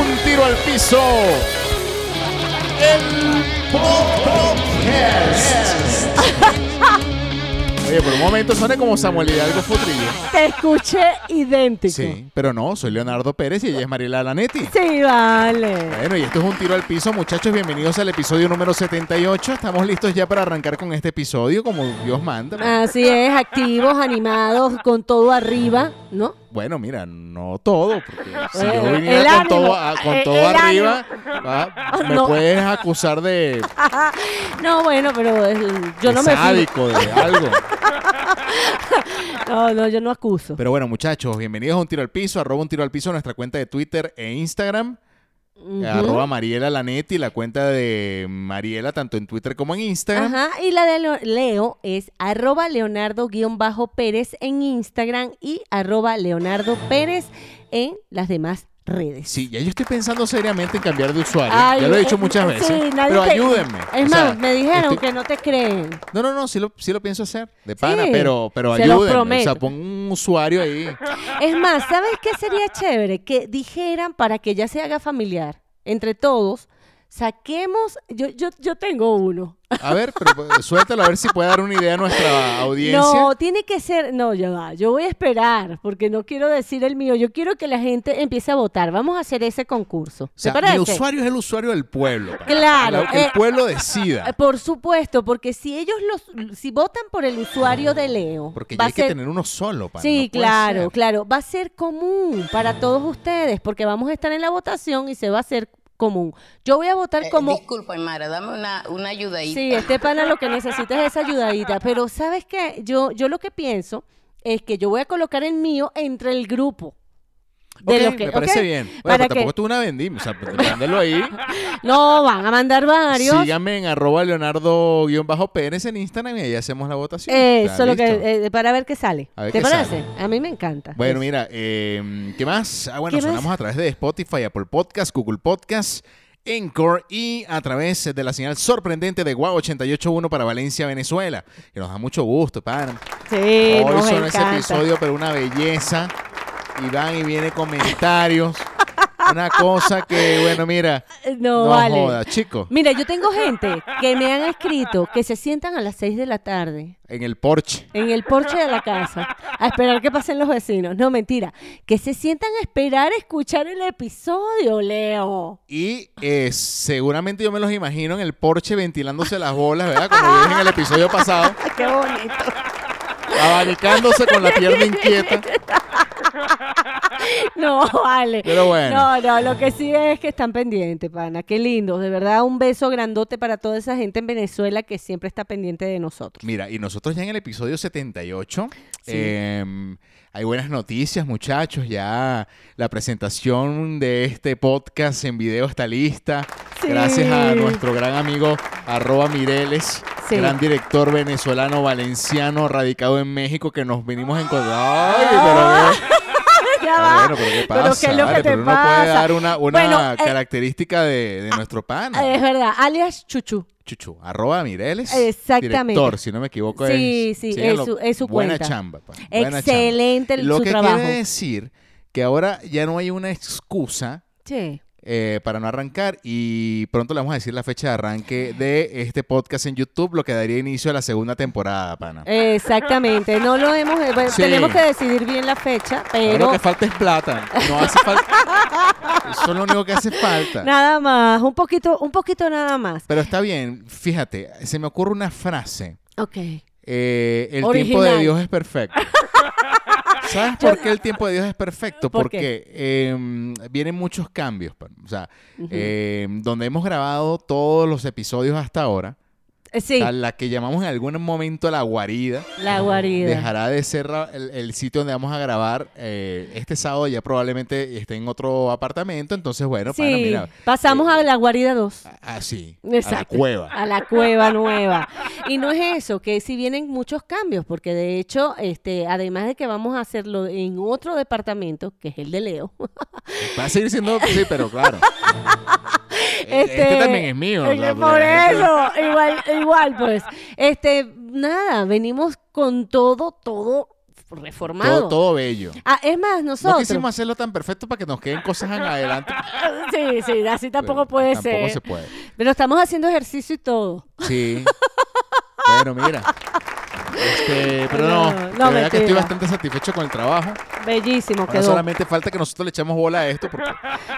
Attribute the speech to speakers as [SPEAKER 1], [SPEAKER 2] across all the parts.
[SPEAKER 1] Un tiro al piso. El podcast. Oye, por un momento suena como Samuel Hidalgo Futrillo.
[SPEAKER 2] Te escuché idéntico. Sí.
[SPEAKER 1] Sí, pero no, soy Leonardo Pérez y ella es Mariela Lanetti.
[SPEAKER 2] vale.
[SPEAKER 1] Bueno, y esto es un tiro al piso, muchachos. Bienvenidos al episodio número 78. Estamos listos ya para arrancar con este episodio, como Dios manda.
[SPEAKER 2] Así es, activos, animados, con todo arriba, ¿no?
[SPEAKER 1] Bueno, mira, no todo, porque si
[SPEAKER 2] Bueno,
[SPEAKER 1] yo
[SPEAKER 2] el
[SPEAKER 1] viniera con
[SPEAKER 2] ánimo,
[SPEAKER 1] todo, a- con
[SPEAKER 2] eh,
[SPEAKER 1] todo
[SPEAKER 2] el
[SPEAKER 1] arriba, ¿va? me
[SPEAKER 2] No.
[SPEAKER 1] puedes acusar de,
[SPEAKER 2] No, bueno, pero es- yo
[SPEAKER 1] de
[SPEAKER 2] no me fío.
[SPEAKER 1] sádico, de algo.
[SPEAKER 2] No, no, yo no acuso.
[SPEAKER 1] Pero bueno, muchachos, bienvenidos a Un Tiro al Piso, arroba Un Tiro al Piso, nuestra cuenta de Twitter e Instagram.
[SPEAKER 2] Ujú.
[SPEAKER 1] Arroba Mariela Lanetti, la cuenta de Mariela tanto en Twitter como en Instagram.
[SPEAKER 2] Ajá, y la de Leo- Leo es arroba leonardo-pérez en Instagram y arroba leonardo pérez en las demás redes.
[SPEAKER 1] Sí, ya yo estoy pensando seriamente en cambiar de usuario.
[SPEAKER 2] Ay,
[SPEAKER 1] ya lo he dicho
[SPEAKER 2] eh,
[SPEAKER 1] muchas
[SPEAKER 2] sí,
[SPEAKER 1] veces.
[SPEAKER 2] nadie
[SPEAKER 1] pero
[SPEAKER 2] te-
[SPEAKER 1] ayúdenme.
[SPEAKER 2] Es
[SPEAKER 1] O
[SPEAKER 2] más,
[SPEAKER 1] sea,
[SPEAKER 2] me dijeron
[SPEAKER 1] estoy-
[SPEAKER 2] que no te creen.
[SPEAKER 1] No, no, no, sí lo, sí lo pienso hacer. De pana,
[SPEAKER 2] Sí,
[SPEAKER 1] pero, pero
[SPEAKER 2] se los
[SPEAKER 1] ayúdenme. O sea,
[SPEAKER 2] prometo.
[SPEAKER 1] pon un usuario ahí.
[SPEAKER 2] Es más, ¿sabes qué sería chévere? Que dijeran para que ya se haga familiar entre todos. Saquemos, yo, yo, yo tengo uno.
[SPEAKER 1] A ver, pero eh, suéltalo a ver si puede dar una idea a nuestra audiencia.
[SPEAKER 2] No, tiene que ser, no, ya va, yo voy a esperar porque no quiero decir el mío, yo quiero que la gente empiece a votar. Vamos a hacer ese concurso.
[SPEAKER 1] o sea,
[SPEAKER 2] ¿Te
[SPEAKER 1] mi
[SPEAKER 2] parece?
[SPEAKER 1] usuario es el usuario del pueblo. pana.
[SPEAKER 2] Claro,
[SPEAKER 1] La- que el
[SPEAKER 2] eh,
[SPEAKER 1] pueblo decida.
[SPEAKER 2] Eh, Por supuesto, porque si ellos los, si votan por el usuario de Leo,
[SPEAKER 1] Porque ya
[SPEAKER 2] va a
[SPEAKER 1] hay que
[SPEAKER 2] ser
[SPEAKER 1] tener uno solo, pana,
[SPEAKER 2] Sí,
[SPEAKER 1] no puede
[SPEAKER 2] claro,
[SPEAKER 1] ser.
[SPEAKER 2] claro. Va a ser común para todos ustedes porque vamos a estar en la votación y se va a hacer común. Yo voy a votar
[SPEAKER 3] Eh,
[SPEAKER 2] como...
[SPEAKER 3] Disculpa, Mara, dame una, una ayudadita.
[SPEAKER 2] Sí, este pana lo que necesita es esa ayudadita. Pero ¿sabes qué? Yo, yo lo que pienso es que yo voy a colocar el mío entre el grupo. De
[SPEAKER 1] Ok,
[SPEAKER 2] los que,
[SPEAKER 1] me parece
[SPEAKER 2] ¿ok?
[SPEAKER 1] bien. Oye,
[SPEAKER 2] Para
[SPEAKER 1] pero tampoco
[SPEAKER 2] que,
[SPEAKER 1] tú una vendí. O sea, mándalo ahí.
[SPEAKER 2] no, van a mandar varios.
[SPEAKER 1] Síganme en arroba leonardo-pérez en Instagram y ahí hacemos la votación.
[SPEAKER 2] Eso,
[SPEAKER 1] Ya,
[SPEAKER 2] lo
[SPEAKER 1] listo.
[SPEAKER 2] que, eh, para ver qué sale.
[SPEAKER 1] A ver
[SPEAKER 2] ¿Te
[SPEAKER 1] qué
[SPEAKER 2] parece? A mí me encanta.
[SPEAKER 1] Bueno,
[SPEAKER 2] Eso.
[SPEAKER 1] mira, eh, ¿qué más? Ah, bueno,
[SPEAKER 2] ¿Qué más?
[SPEAKER 1] sonamos a través de Spotify, Apple Podcast, Google Podcast, Encore y a través de la señal sorprendente de Guau 881 para Valencia, Venezuela, que nos da mucho gusto, pan.
[SPEAKER 2] Sí,
[SPEAKER 1] Hoy
[SPEAKER 2] nos
[SPEAKER 1] son ese
[SPEAKER 2] encanta.
[SPEAKER 1] episodio, pero una belleza. Y van y viene comentarios. una cosa que, bueno, mira,
[SPEAKER 2] Eh,
[SPEAKER 1] no,
[SPEAKER 2] No, vale.
[SPEAKER 1] joda, chico.
[SPEAKER 2] Mira, yo tengo gente que me han escrito que se sientan a las 6 de la tarde
[SPEAKER 1] En el Porsche.
[SPEAKER 2] en el porche de la casa a esperar que pasen los vecinos. No, mentira. Que se sientan a esperar a escuchar el episodio, Leo.
[SPEAKER 1] Y eh, seguramente yo me los imagino en el Porsche ventilándose las bolas, ¿verdad? Como yo dije en el episodio pasado.
[SPEAKER 2] Ay, Qué bonito.
[SPEAKER 1] abanicándose con la pierna inquieta.
[SPEAKER 2] No, vale.
[SPEAKER 1] Pero bueno.
[SPEAKER 2] No, no, lo que sí es que están pendientes, pana. Qué lindo. De verdad, un beso grandote para toda esa gente en Venezuela que siempre está pendiente de nosotros.
[SPEAKER 1] Mira, y nosotros ya en el episodio 78,
[SPEAKER 2] Sí.
[SPEAKER 1] eh, hay buenas noticias, muchachos. Ya la presentación de este podcast en video está lista.
[SPEAKER 2] Sí.
[SPEAKER 1] Gracias a nuestro gran amigo arroba Mireles,
[SPEAKER 2] Sí.
[SPEAKER 1] gran director venezolano valenciano radicado en México que nos vinimos a encontrar. Ay,
[SPEAKER 2] Ah.
[SPEAKER 1] pero-
[SPEAKER 2] ya
[SPEAKER 1] Ah,
[SPEAKER 2] va.
[SPEAKER 1] bueno, pero ¿qué
[SPEAKER 2] Pero
[SPEAKER 1] pasa?
[SPEAKER 2] ¿qué es lo que
[SPEAKER 1] Vale,
[SPEAKER 2] te
[SPEAKER 1] pero uno puede
[SPEAKER 2] pasa?
[SPEAKER 1] dar una, una
[SPEAKER 2] Bueno, eh,
[SPEAKER 1] característica de, de nuestro pan.
[SPEAKER 2] Ah, Es verdad, alias Chuchu.
[SPEAKER 1] Chuchu, arroba Mireles.
[SPEAKER 2] Exactamente.
[SPEAKER 1] Director, si no me equivoco. es-
[SPEAKER 2] Sí, sí, es
[SPEAKER 1] síganlo.
[SPEAKER 2] su- es su
[SPEAKER 1] buena
[SPEAKER 2] cuenta.
[SPEAKER 1] Chamba, pa, buena
[SPEAKER 2] Excelente
[SPEAKER 1] chamba.
[SPEAKER 2] el-
[SPEAKER 1] Lo
[SPEAKER 2] su
[SPEAKER 1] que
[SPEAKER 2] trabajo.
[SPEAKER 1] quiere decir que ahora ya no hay una excusa
[SPEAKER 2] Che.
[SPEAKER 1] eh, para no arrancar y pronto le vamos a decir la fecha de arranque de este podcast en YouTube, lo que daría inicio a la segunda temporada, pana.
[SPEAKER 2] Exactamente, no lo hemos, eh, bueno,
[SPEAKER 1] Sí.
[SPEAKER 2] tenemos que decidir bien la fecha,
[SPEAKER 1] Ahora
[SPEAKER 2] pero
[SPEAKER 1] Lo que falta es plata. No hace falta. Eso es lo único que hace falta.
[SPEAKER 2] nada más, un poquito, un poquito nada más.
[SPEAKER 1] Pero está bien, fíjate, se me ocurre una frase.
[SPEAKER 2] Ok.
[SPEAKER 1] Eh, el
[SPEAKER 2] Original.
[SPEAKER 1] tiempo de Dios es perfecto. ¿Sabes por qué el tiempo de Dios es perfecto?
[SPEAKER 2] ¿Por
[SPEAKER 1] Porque eh, vienen muchos cambios. pa- O sea, eh, donde hemos grabado todos los episodios hasta ahora,
[SPEAKER 2] Eh, sí,
[SPEAKER 1] a la que llamamos en algún momento la guarida,
[SPEAKER 2] la guarida.
[SPEAKER 1] dejará de ser la- el, el sitio donde vamos a grabar eh, este sábado. Ya probablemente esté en otro apartamento. Entonces, bueno,
[SPEAKER 2] sí,
[SPEAKER 1] pana, mira.
[SPEAKER 2] pasamos
[SPEAKER 1] eh,
[SPEAKER 2] a la guarida 2.
[SPEAKER 1] Así, a la
[SPEAKER 2] Exacto.
[SPEAKER 1] cueva.
[SPEAKER 2] A la cueva nueva. Y no es eso, que si vienen muchos cambios, porque de hecho, este, además de que vamos a hacerlo en otro departamento, que es el de Leo.
[SPEAKER 1] Va a seguir siendo, sí, pero claro. este, también es mío.
[SPEAKER 2] el-
[SPEAKER 1] la-
[SPEAKER 2] por
[SPEAKER 1] la-
[SPEAKER 2] eso, igual, igual, pues. Este, nada, venimos con todo, todo reformado.
[SPEAKER 1] Todo, todo bello.
[SPEAKER 2] Ah, es más,
[SPEAKER 1] No
[SPEAKER 2] nosotros.
[SPEAKER 1] quisimos hacerlo tan perfecto para que nos queden cosas en adelante.
[SPEAKER 2] Sí, sí, así tampoco puede ser.
[SPEAKER 1] Tampoco se puede.
[SPEAKER 2] Pero estamos haciendo ejercicio y todo.
[SPEAKER 1] Sí. bueno, mira. Este, pero no,
[SPEAKER 2] No, no,
[SPEAKER 1] de verdad que estoy
[SPEAKER 2] mentira.
[SPEAKER 1] bastante satisfecho con el trabajo.
[SPEAKER 2] Bellísimo
[SPEAKER 1] Ahora
[SPEAKER 2] quedó.
[SPEAKER 1] solamente falta que nosotros le echemos bola a esto, porque,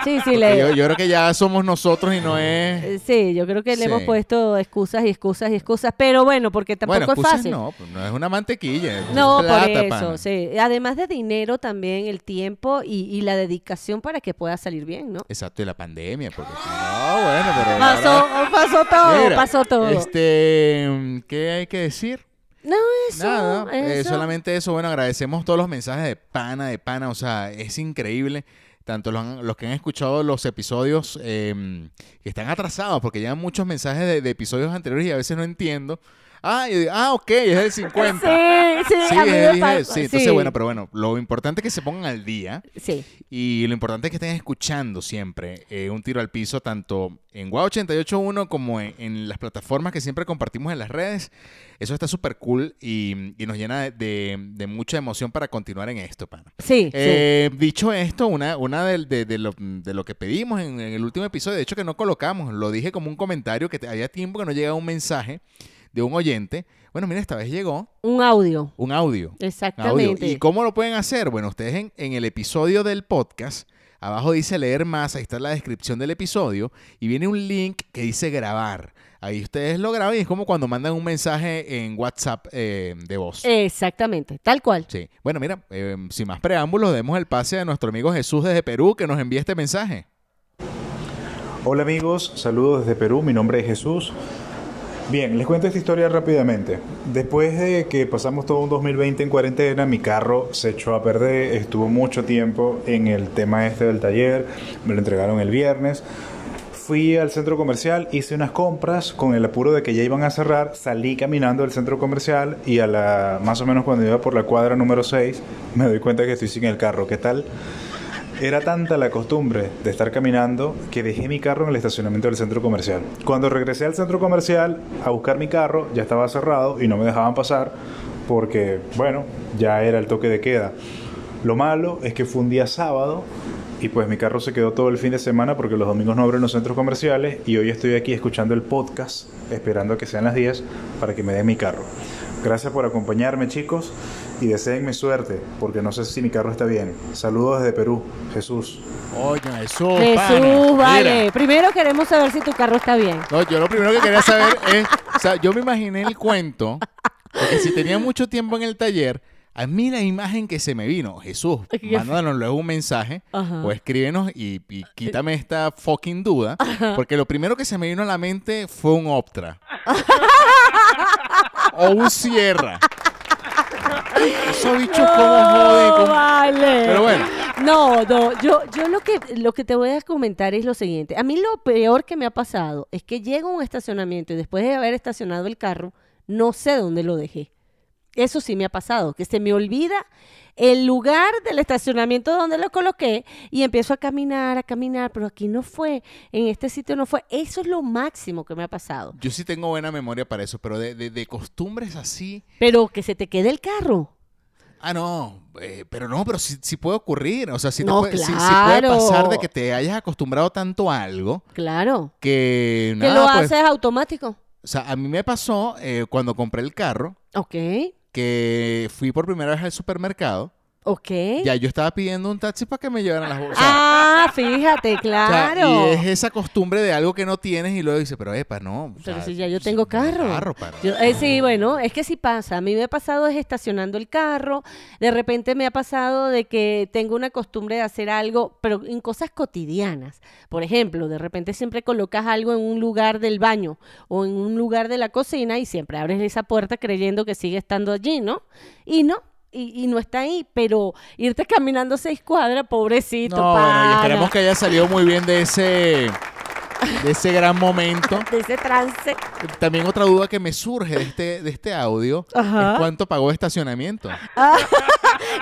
[SPEAKER 2] Sí, sí,
[SPEAKER 1] porque
[SPEAKER 2] le,
[SPEAKER 1] yo, yo creo que ya somos nosotros y no es...
[SPEAKER 2] eh, sí, yo creo que le
[SPEAKER 1] Sí.
[SPEAKER 2] hemos puesto excusas y excusas y excusas, pero bueno, porque tampoco
[SPEAKER 1] bueno,
[SPEAKER 2] es
[SPEAKER 1] excusas
[SPEAKER 2] fácil.
[SPEAKER 1] no, pues no es una mantequilla. es
[SPEAKER 2] No,
[SPEAKER 1] plata,
[SPEAKER 2] por eso,
[SPEAKER 1] pana.
[SPEAKER 2] sí. Además de dinero también, el tiempo y, y la dedicación para que pueda salir bien, ¿no?
[SPEAKER 1] Exacto, y la pandemia, porque... No, bueno, pero...
[SPEAKER 2] Pasó,
[SPEAKER 1] ahora-
[SPEAKER 2] pasó todo,
[SPEAKER 1] Mira,
[SPEAKER 2] pasó todo.
[SPEAKER 1] Este, ¿qué hay que decir?
[SPEAKER 2] No, eso,
[SPEAKER 1] Nada, eh,
[SPEAKER 2] eso.
[SPEAKER 1] solamente eso. Bueno, agradecemos todos los mensajes de pana, de pana. O sea, es increíble. Tanto los, han- los que han escuchado los episodios eh, que están atrasados, porque llegan muchos mensajes de, de episodios anteriores y a veces no entiendo. Ah, y- ah ok, es del 50.
[SPEAKER 2] Sí, sí, a mí
[SPEAKER 1] dije-
[SPEAKER 2] me
[SPEAKER 1] dije,
[SPEAKER 2] pasó,
[SPEAKER 1] sí, entonces bueno, pero bueno, lo importante es que se pongan al día
[SPEAKER 2] Sí,
[SPEAKER 1] y lo importante es que estén escuchando siempre eh, un tiro al piso, tanto en Guau 881 como en, en las plataformas que siempre compartimos en las redes. Eso está súper cool y, y nos llena de, de- de mucha emoción para continuar en esto, pana.
[SPEAKER 2] sí, sí.
[SPEAKER 1] Eh, Dicho esto, una, una del- de, de lo, de lo que pedimos en, en el último episodio, de hecho que no colocamos, lo dije como un comentario que te- había tiempo que no llegaba un mensaje de un oyente. Bueno, mira, esta vez llegó
[SPEAKER 2] Un audio,
[SPEAKER 1] un audio audio.
[SPEAKER 2] exactamente.
[SPEAKER 1] ¿Y cómo lo pueden hacer? Bueno, ustedes en, en el episodio del podcast, abajo dice leer más, ahí está la descripción del episodio, y viene un link que dice grabar. Ahí ustedes lo graban y es como cuando mandan un mensaje en WhatsApp eh, de voz.
[SPEAKER 2] Exactamente, tal cual.
[SPEAKER 1] Sí. Bueno, mira, eh, sin más preámbulos, demos el pase a nuestro amigo Jesús desde Perú que nos envía este mensaje.
[SPEAKER 4] Hola amigos, saludos desde Perú, mi nombre es Jesús. Bien, les cuento esta historia rápidamente. Después de que pasamos todo un 2020 en cuarentena, mi carro se echó a perder, estuvo mucho tiempo en el tema este del taller, me lo entregaron el viernes. Fui al centro comercial, hice unas compras con el apuro de que ya iban a cerrar, salí caminando del centro comercial y a la más o menos cuando iba por la cuadra número 6 me doy cuenta que estoy sin el carro. ¿Qué tal? Era tanta la costumbre de estar caminando que dejé mi carro en el estacionamiento del centro comercial. Cuando regresé al centro comercial a buscar mi carro, ya estaba cerrado y no me dejaban pasar porque, bueno, ya era el toque de queda. Lo malo es que fue un día sábado y pues mi carro se quedó todo el fin de semana porque los domingos no abren los centros comerciales y hoy estoy aquí escuchando el podcast, esperando a que sean las 10 para que me den mi carro. Gracias por acompañarme chicos y deseenme suerte porque no sé si mi carro está bien. Saludos desde Perú, Jesús.
[SPEAKER 1] Oye, Jesús.
[SPEAKER 2] Jesús,
[SPEAKER 1] Oh, pana,
[SPEAKER 2] vale.
[SPEAKER 1] mira.
[SPEAKER 2] Primero queremos saber si tu carro está bien.
[SPEAKER 1] No, yo lo primero que quería saber es, o sea, yo me imaginé el cuento, porque si tenía mucho tiempo en el taller, a mí la imagen que se me vino, Jesús, mándanos luego un mensaje
[SPEAKER 2] Ajá.
[SPEAKER 1] o escríbenos y, y quítame esta fucking duda, porque lo primero que se me vino a la mente fue un Optra. o un Sierra. Esos bichos como joden.
[SPEAKER 2] No,
[SPEAKER 1] cómo-
[SPEAKER 2] vale.
[SPEAKER 1] Pero bueno.
[SPEAKER 2] No, no, yo, yo lo que lo que te voy a comentar es lo siguiente. A mí lo peor que me ha pasado es que llego a un estacionamiento y después de haber estacionado el carro, no sé dónde lo dejé. Eso sí me ha pasado, que se me olvida el lugar del estacionamiento donde lo coloqué y empiezo a caminar, a caminar, pero aquí no fue, en este sitio no fue. Eso es lo máximo que me ha pasado.
[SPEAKER 1] Yo sí tengo buena memoria para eso, pero de, de- de costumbres así.
[SPEAKER 2] Pero que se te quede el carro.
[SPEAKER 1] Ah, no, eh, pero no, pero sí, sí puede ocurrir. O sea, sí, te
[SPEAKER 2] No,
[SPEAKER 1] puede, sí- sí puede
[SPEAKER 2] claro.
[SPEAKER 1] pasar de que te hayas acostumbrado tanto a algo
[SPEAKER 2] Claro.
[SPEAKER 1] que
[SPEAKER 2] Que
[SPEAKER 1] nada,
[SPEAKER 2] lo
[SPEAKER 1] pues,
[SPEAKER 2] haces automático.
[SPEAKER 1] O sea, a mí me pasó eh, cuando compré el carro
[SPEAKER 2] Ok,
[SPEAKER 1] que fui por primera vez al supermercado.
[SPEAKER 2] ok.
[SPEAKER 1] Ya yo estaba pidiendo un taxi para que me llevaran las bolsas.
[SPEAKER 2] ah, fíjate,
[SPEAKER 1] O sea,
[SPEAKER 2] claro.
[SPEAKER 1] y es esa costumbre de algo que no tienes y luego dices, pero epa, no. o
[SPEAKER 2] Pero
[SPEAKER 1] sea,
[SPEAKER 2] si ya yo
[SPEAKER 1] sí,
[SPEAKER 2] tengo carro.
[SPEAKER 1] carro pana.
[SPEAKER 2] Yo- eh, sí, bueno, es que sí pasa. A mí me ha pasado es estacionando el carro. De repente me ha pasado de que tengo una costumbre de hacer algo, pero en cosas cotidianas. Por ejemplo, de repente siempre colocas algo en un lugar del baño o en un lugar de la cocina y siempre abres esa puerta creyendo que sigue estando allí, ¿no? Y no. Y, y no está ahí, pero irte caminando seis cuadras, pobrecito.
[SPEAKER 1] No, bueno, y
[SPEAKER 2] pana.
[SPEAKER 1] esperamos que haya salido muy bien de ese, de ese gran momento.
[SPEAKER 2] de ese trance.
[SPEAKER 1] También otra duda que me surge de este, de este audio
[SPEAKER 2] Ajá.
[SPEAKER 1] es cuánto pagó de estacionamiento.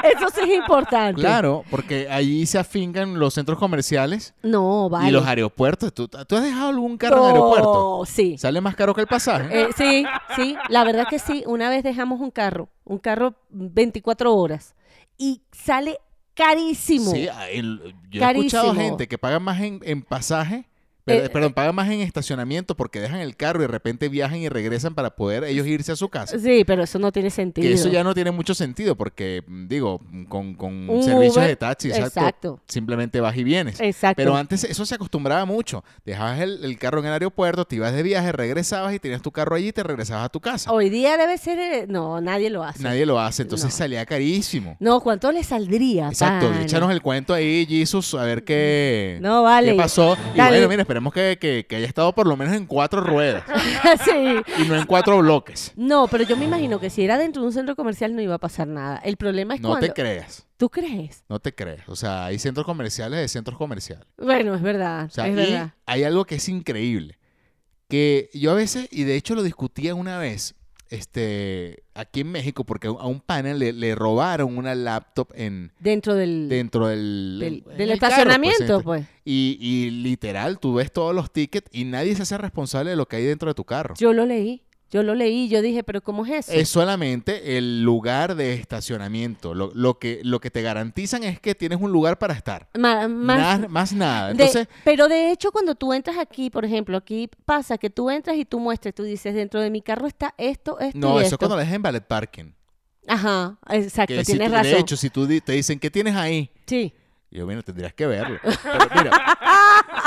[SPEAKER 2] Eso sí es importante.
[SPEAKER 1] Claro, porque allí se afincan los centros comerciales
[SPEAKER 2] No, vale.
[SPEAKER 1] y los aeropuertos. ¿Tú, tú has dejado algún carro en aeropuerto?
[SPEAKER 2] No, Sí.
[SPEAKER 1] Sale más caro que el pasaje.
[SPEAKER 2] Eh, sí, sí, la verdad que sí. Una vez dejamos un carro, un carro 24 horas, y sale carísimo.
[SPEAKER 1] Sí, ah, el- yo he escuchado
[SPEAKER 2] Carísimo.
[SPEAKER 1] gente que paga más en, en pasaje, pero-
[SPEAKER 2] Eh,
[SPEAKER 1] perdón, paga más en estacionamiento porque dejan el carro y de repente viajan y regresan para poder ellos irse a su casa.
[SPEAKER 2] Sí, pero eso no tiene sentido.
[SPEAKER 1] Que eso ya no tiene mucho sentido porque, mm, digo, con, con
[SPEAKER 2] Un
[SPEAKER 1] servicios
[SPEAKER 2] Uber,
[SPEAKER 1] de taxi, exacto,
[SPEAKER 2] exacto.
[SPEAKER 1] simplemente vas y vienes.
[SPEAKER 2] Exacto.
[SPEAKER 1] Pero antes eso se acostumbraba mucho. Dejabas el, el carro en el aeropuerto, te ibas de viaje, regresabas y tenías tu carro allí y te regresabas a tu casa.
[SPEAKER 2] Hoy día debe ser... eh, No, nadie lo hace.
[SPEAKER 1] Nadie lo hace, entonces
[SPEAKER 2] Oh, No.
[SPEAKER 1] salía carísimo.
[SPEAKER 2] No, ¿cuánto le saldría?
[SPEAKER 1] Exacto,
[SPEAKER 2] pana?
[SPEAKER 1] échanos el cuento ahí, Jesus, a ver qué,
[SPEAKER 2] No, vale.
[SPEAKER 1] qué pasó. Y
[SPEAKER 2] Dale.
[SPEAKER 1] bueno, mira, esperemos que, que- que haya estado por lo menos en cuatro ruedas
[SPEAKER 2] sí.
[SPEAKER 1] y no en cuatro bloques.
[SPEAKER 2] No, pero yo me imagino que si era dentro de un centro comercial no iba a pasar nada. El problema es
[SPEAKER 1] No
[SPEAKER 2] cuando...
[SPEAKER 1] te creas,
[SPEAKER 2] ¿Tú crees?
[SPEAKER 1] no te creas. O sea, hay centros comerciales de centros comerciales.
[SPEAKER 2] Bueno, es verdad,
[SPEAKER 1] O sea,
[SPEAKER 2] es
[SPEAKER 1] y
[SPEAKER 2] verdad.
[SPEAKER 1] hay algo que es increíble. Que yo a veces, y de hecho lo discutía una vez, este, aquí en México, porque a un panel le, le robaron una laptop en
[SPEAKER 2] Dentro del,
[SPEAKER 1] dentro del,
[SPEAKER 2] del,
[SPEAKER 1] en
[SPEAKER 2] del
[SPEAKER 1] el carro, pues,
[SPEAKER 2] estacionamiento,
[SPEAKER 1] ent-
[SPEAKER 2] pues.
[SPEAKER 1] Y, y literal, tú ves todos los tickets y nadie se hace responsable de lo que hay dentro de tu carro.
[SPEAKER 2] Yo lo leí, yo lo leí, yo dije, pero ¿cómo es eso?
[SPEAKER 1] Es solamente el lugar de estacionamiento. Lo, lo que, lo que te garantizan es que tienes un lugar para estar.
[SPEAKER 2] Ma- más-
[SPEAKER 1] Nada- más nada.
[SPEAKER 2] de-
[SPEAKER 1] Entonces,
[SPEAKER 2] pero de hecho, cuando tú entras aquí, por ejemplo, aquí pasa que tú entras y tú muestras, tú dices, dentro de mi carro está esto, esto
[SPEAKER 1] no,
[SPEAKER 2] y
[SPEAKER 1] eso
[SPEAKER 2] esto.
[SPEAKER 1] es cuando lo dejas en ballet parking.
[SPEAKER 2] Ajá, exacto,
[SPEAKER 1] Que si
[SPEAKER 2] tienes
[SPEAKER 1] tú-
[SPEAKER 2] razón.
[SPEAKER 1] De hecho, si tú di- te dicen, ¿qué tienes ahí?
[SPEAKER 2] sí.
[SPEAKER 1] Y yo, bueno, tendrías que verlo. Pero mira,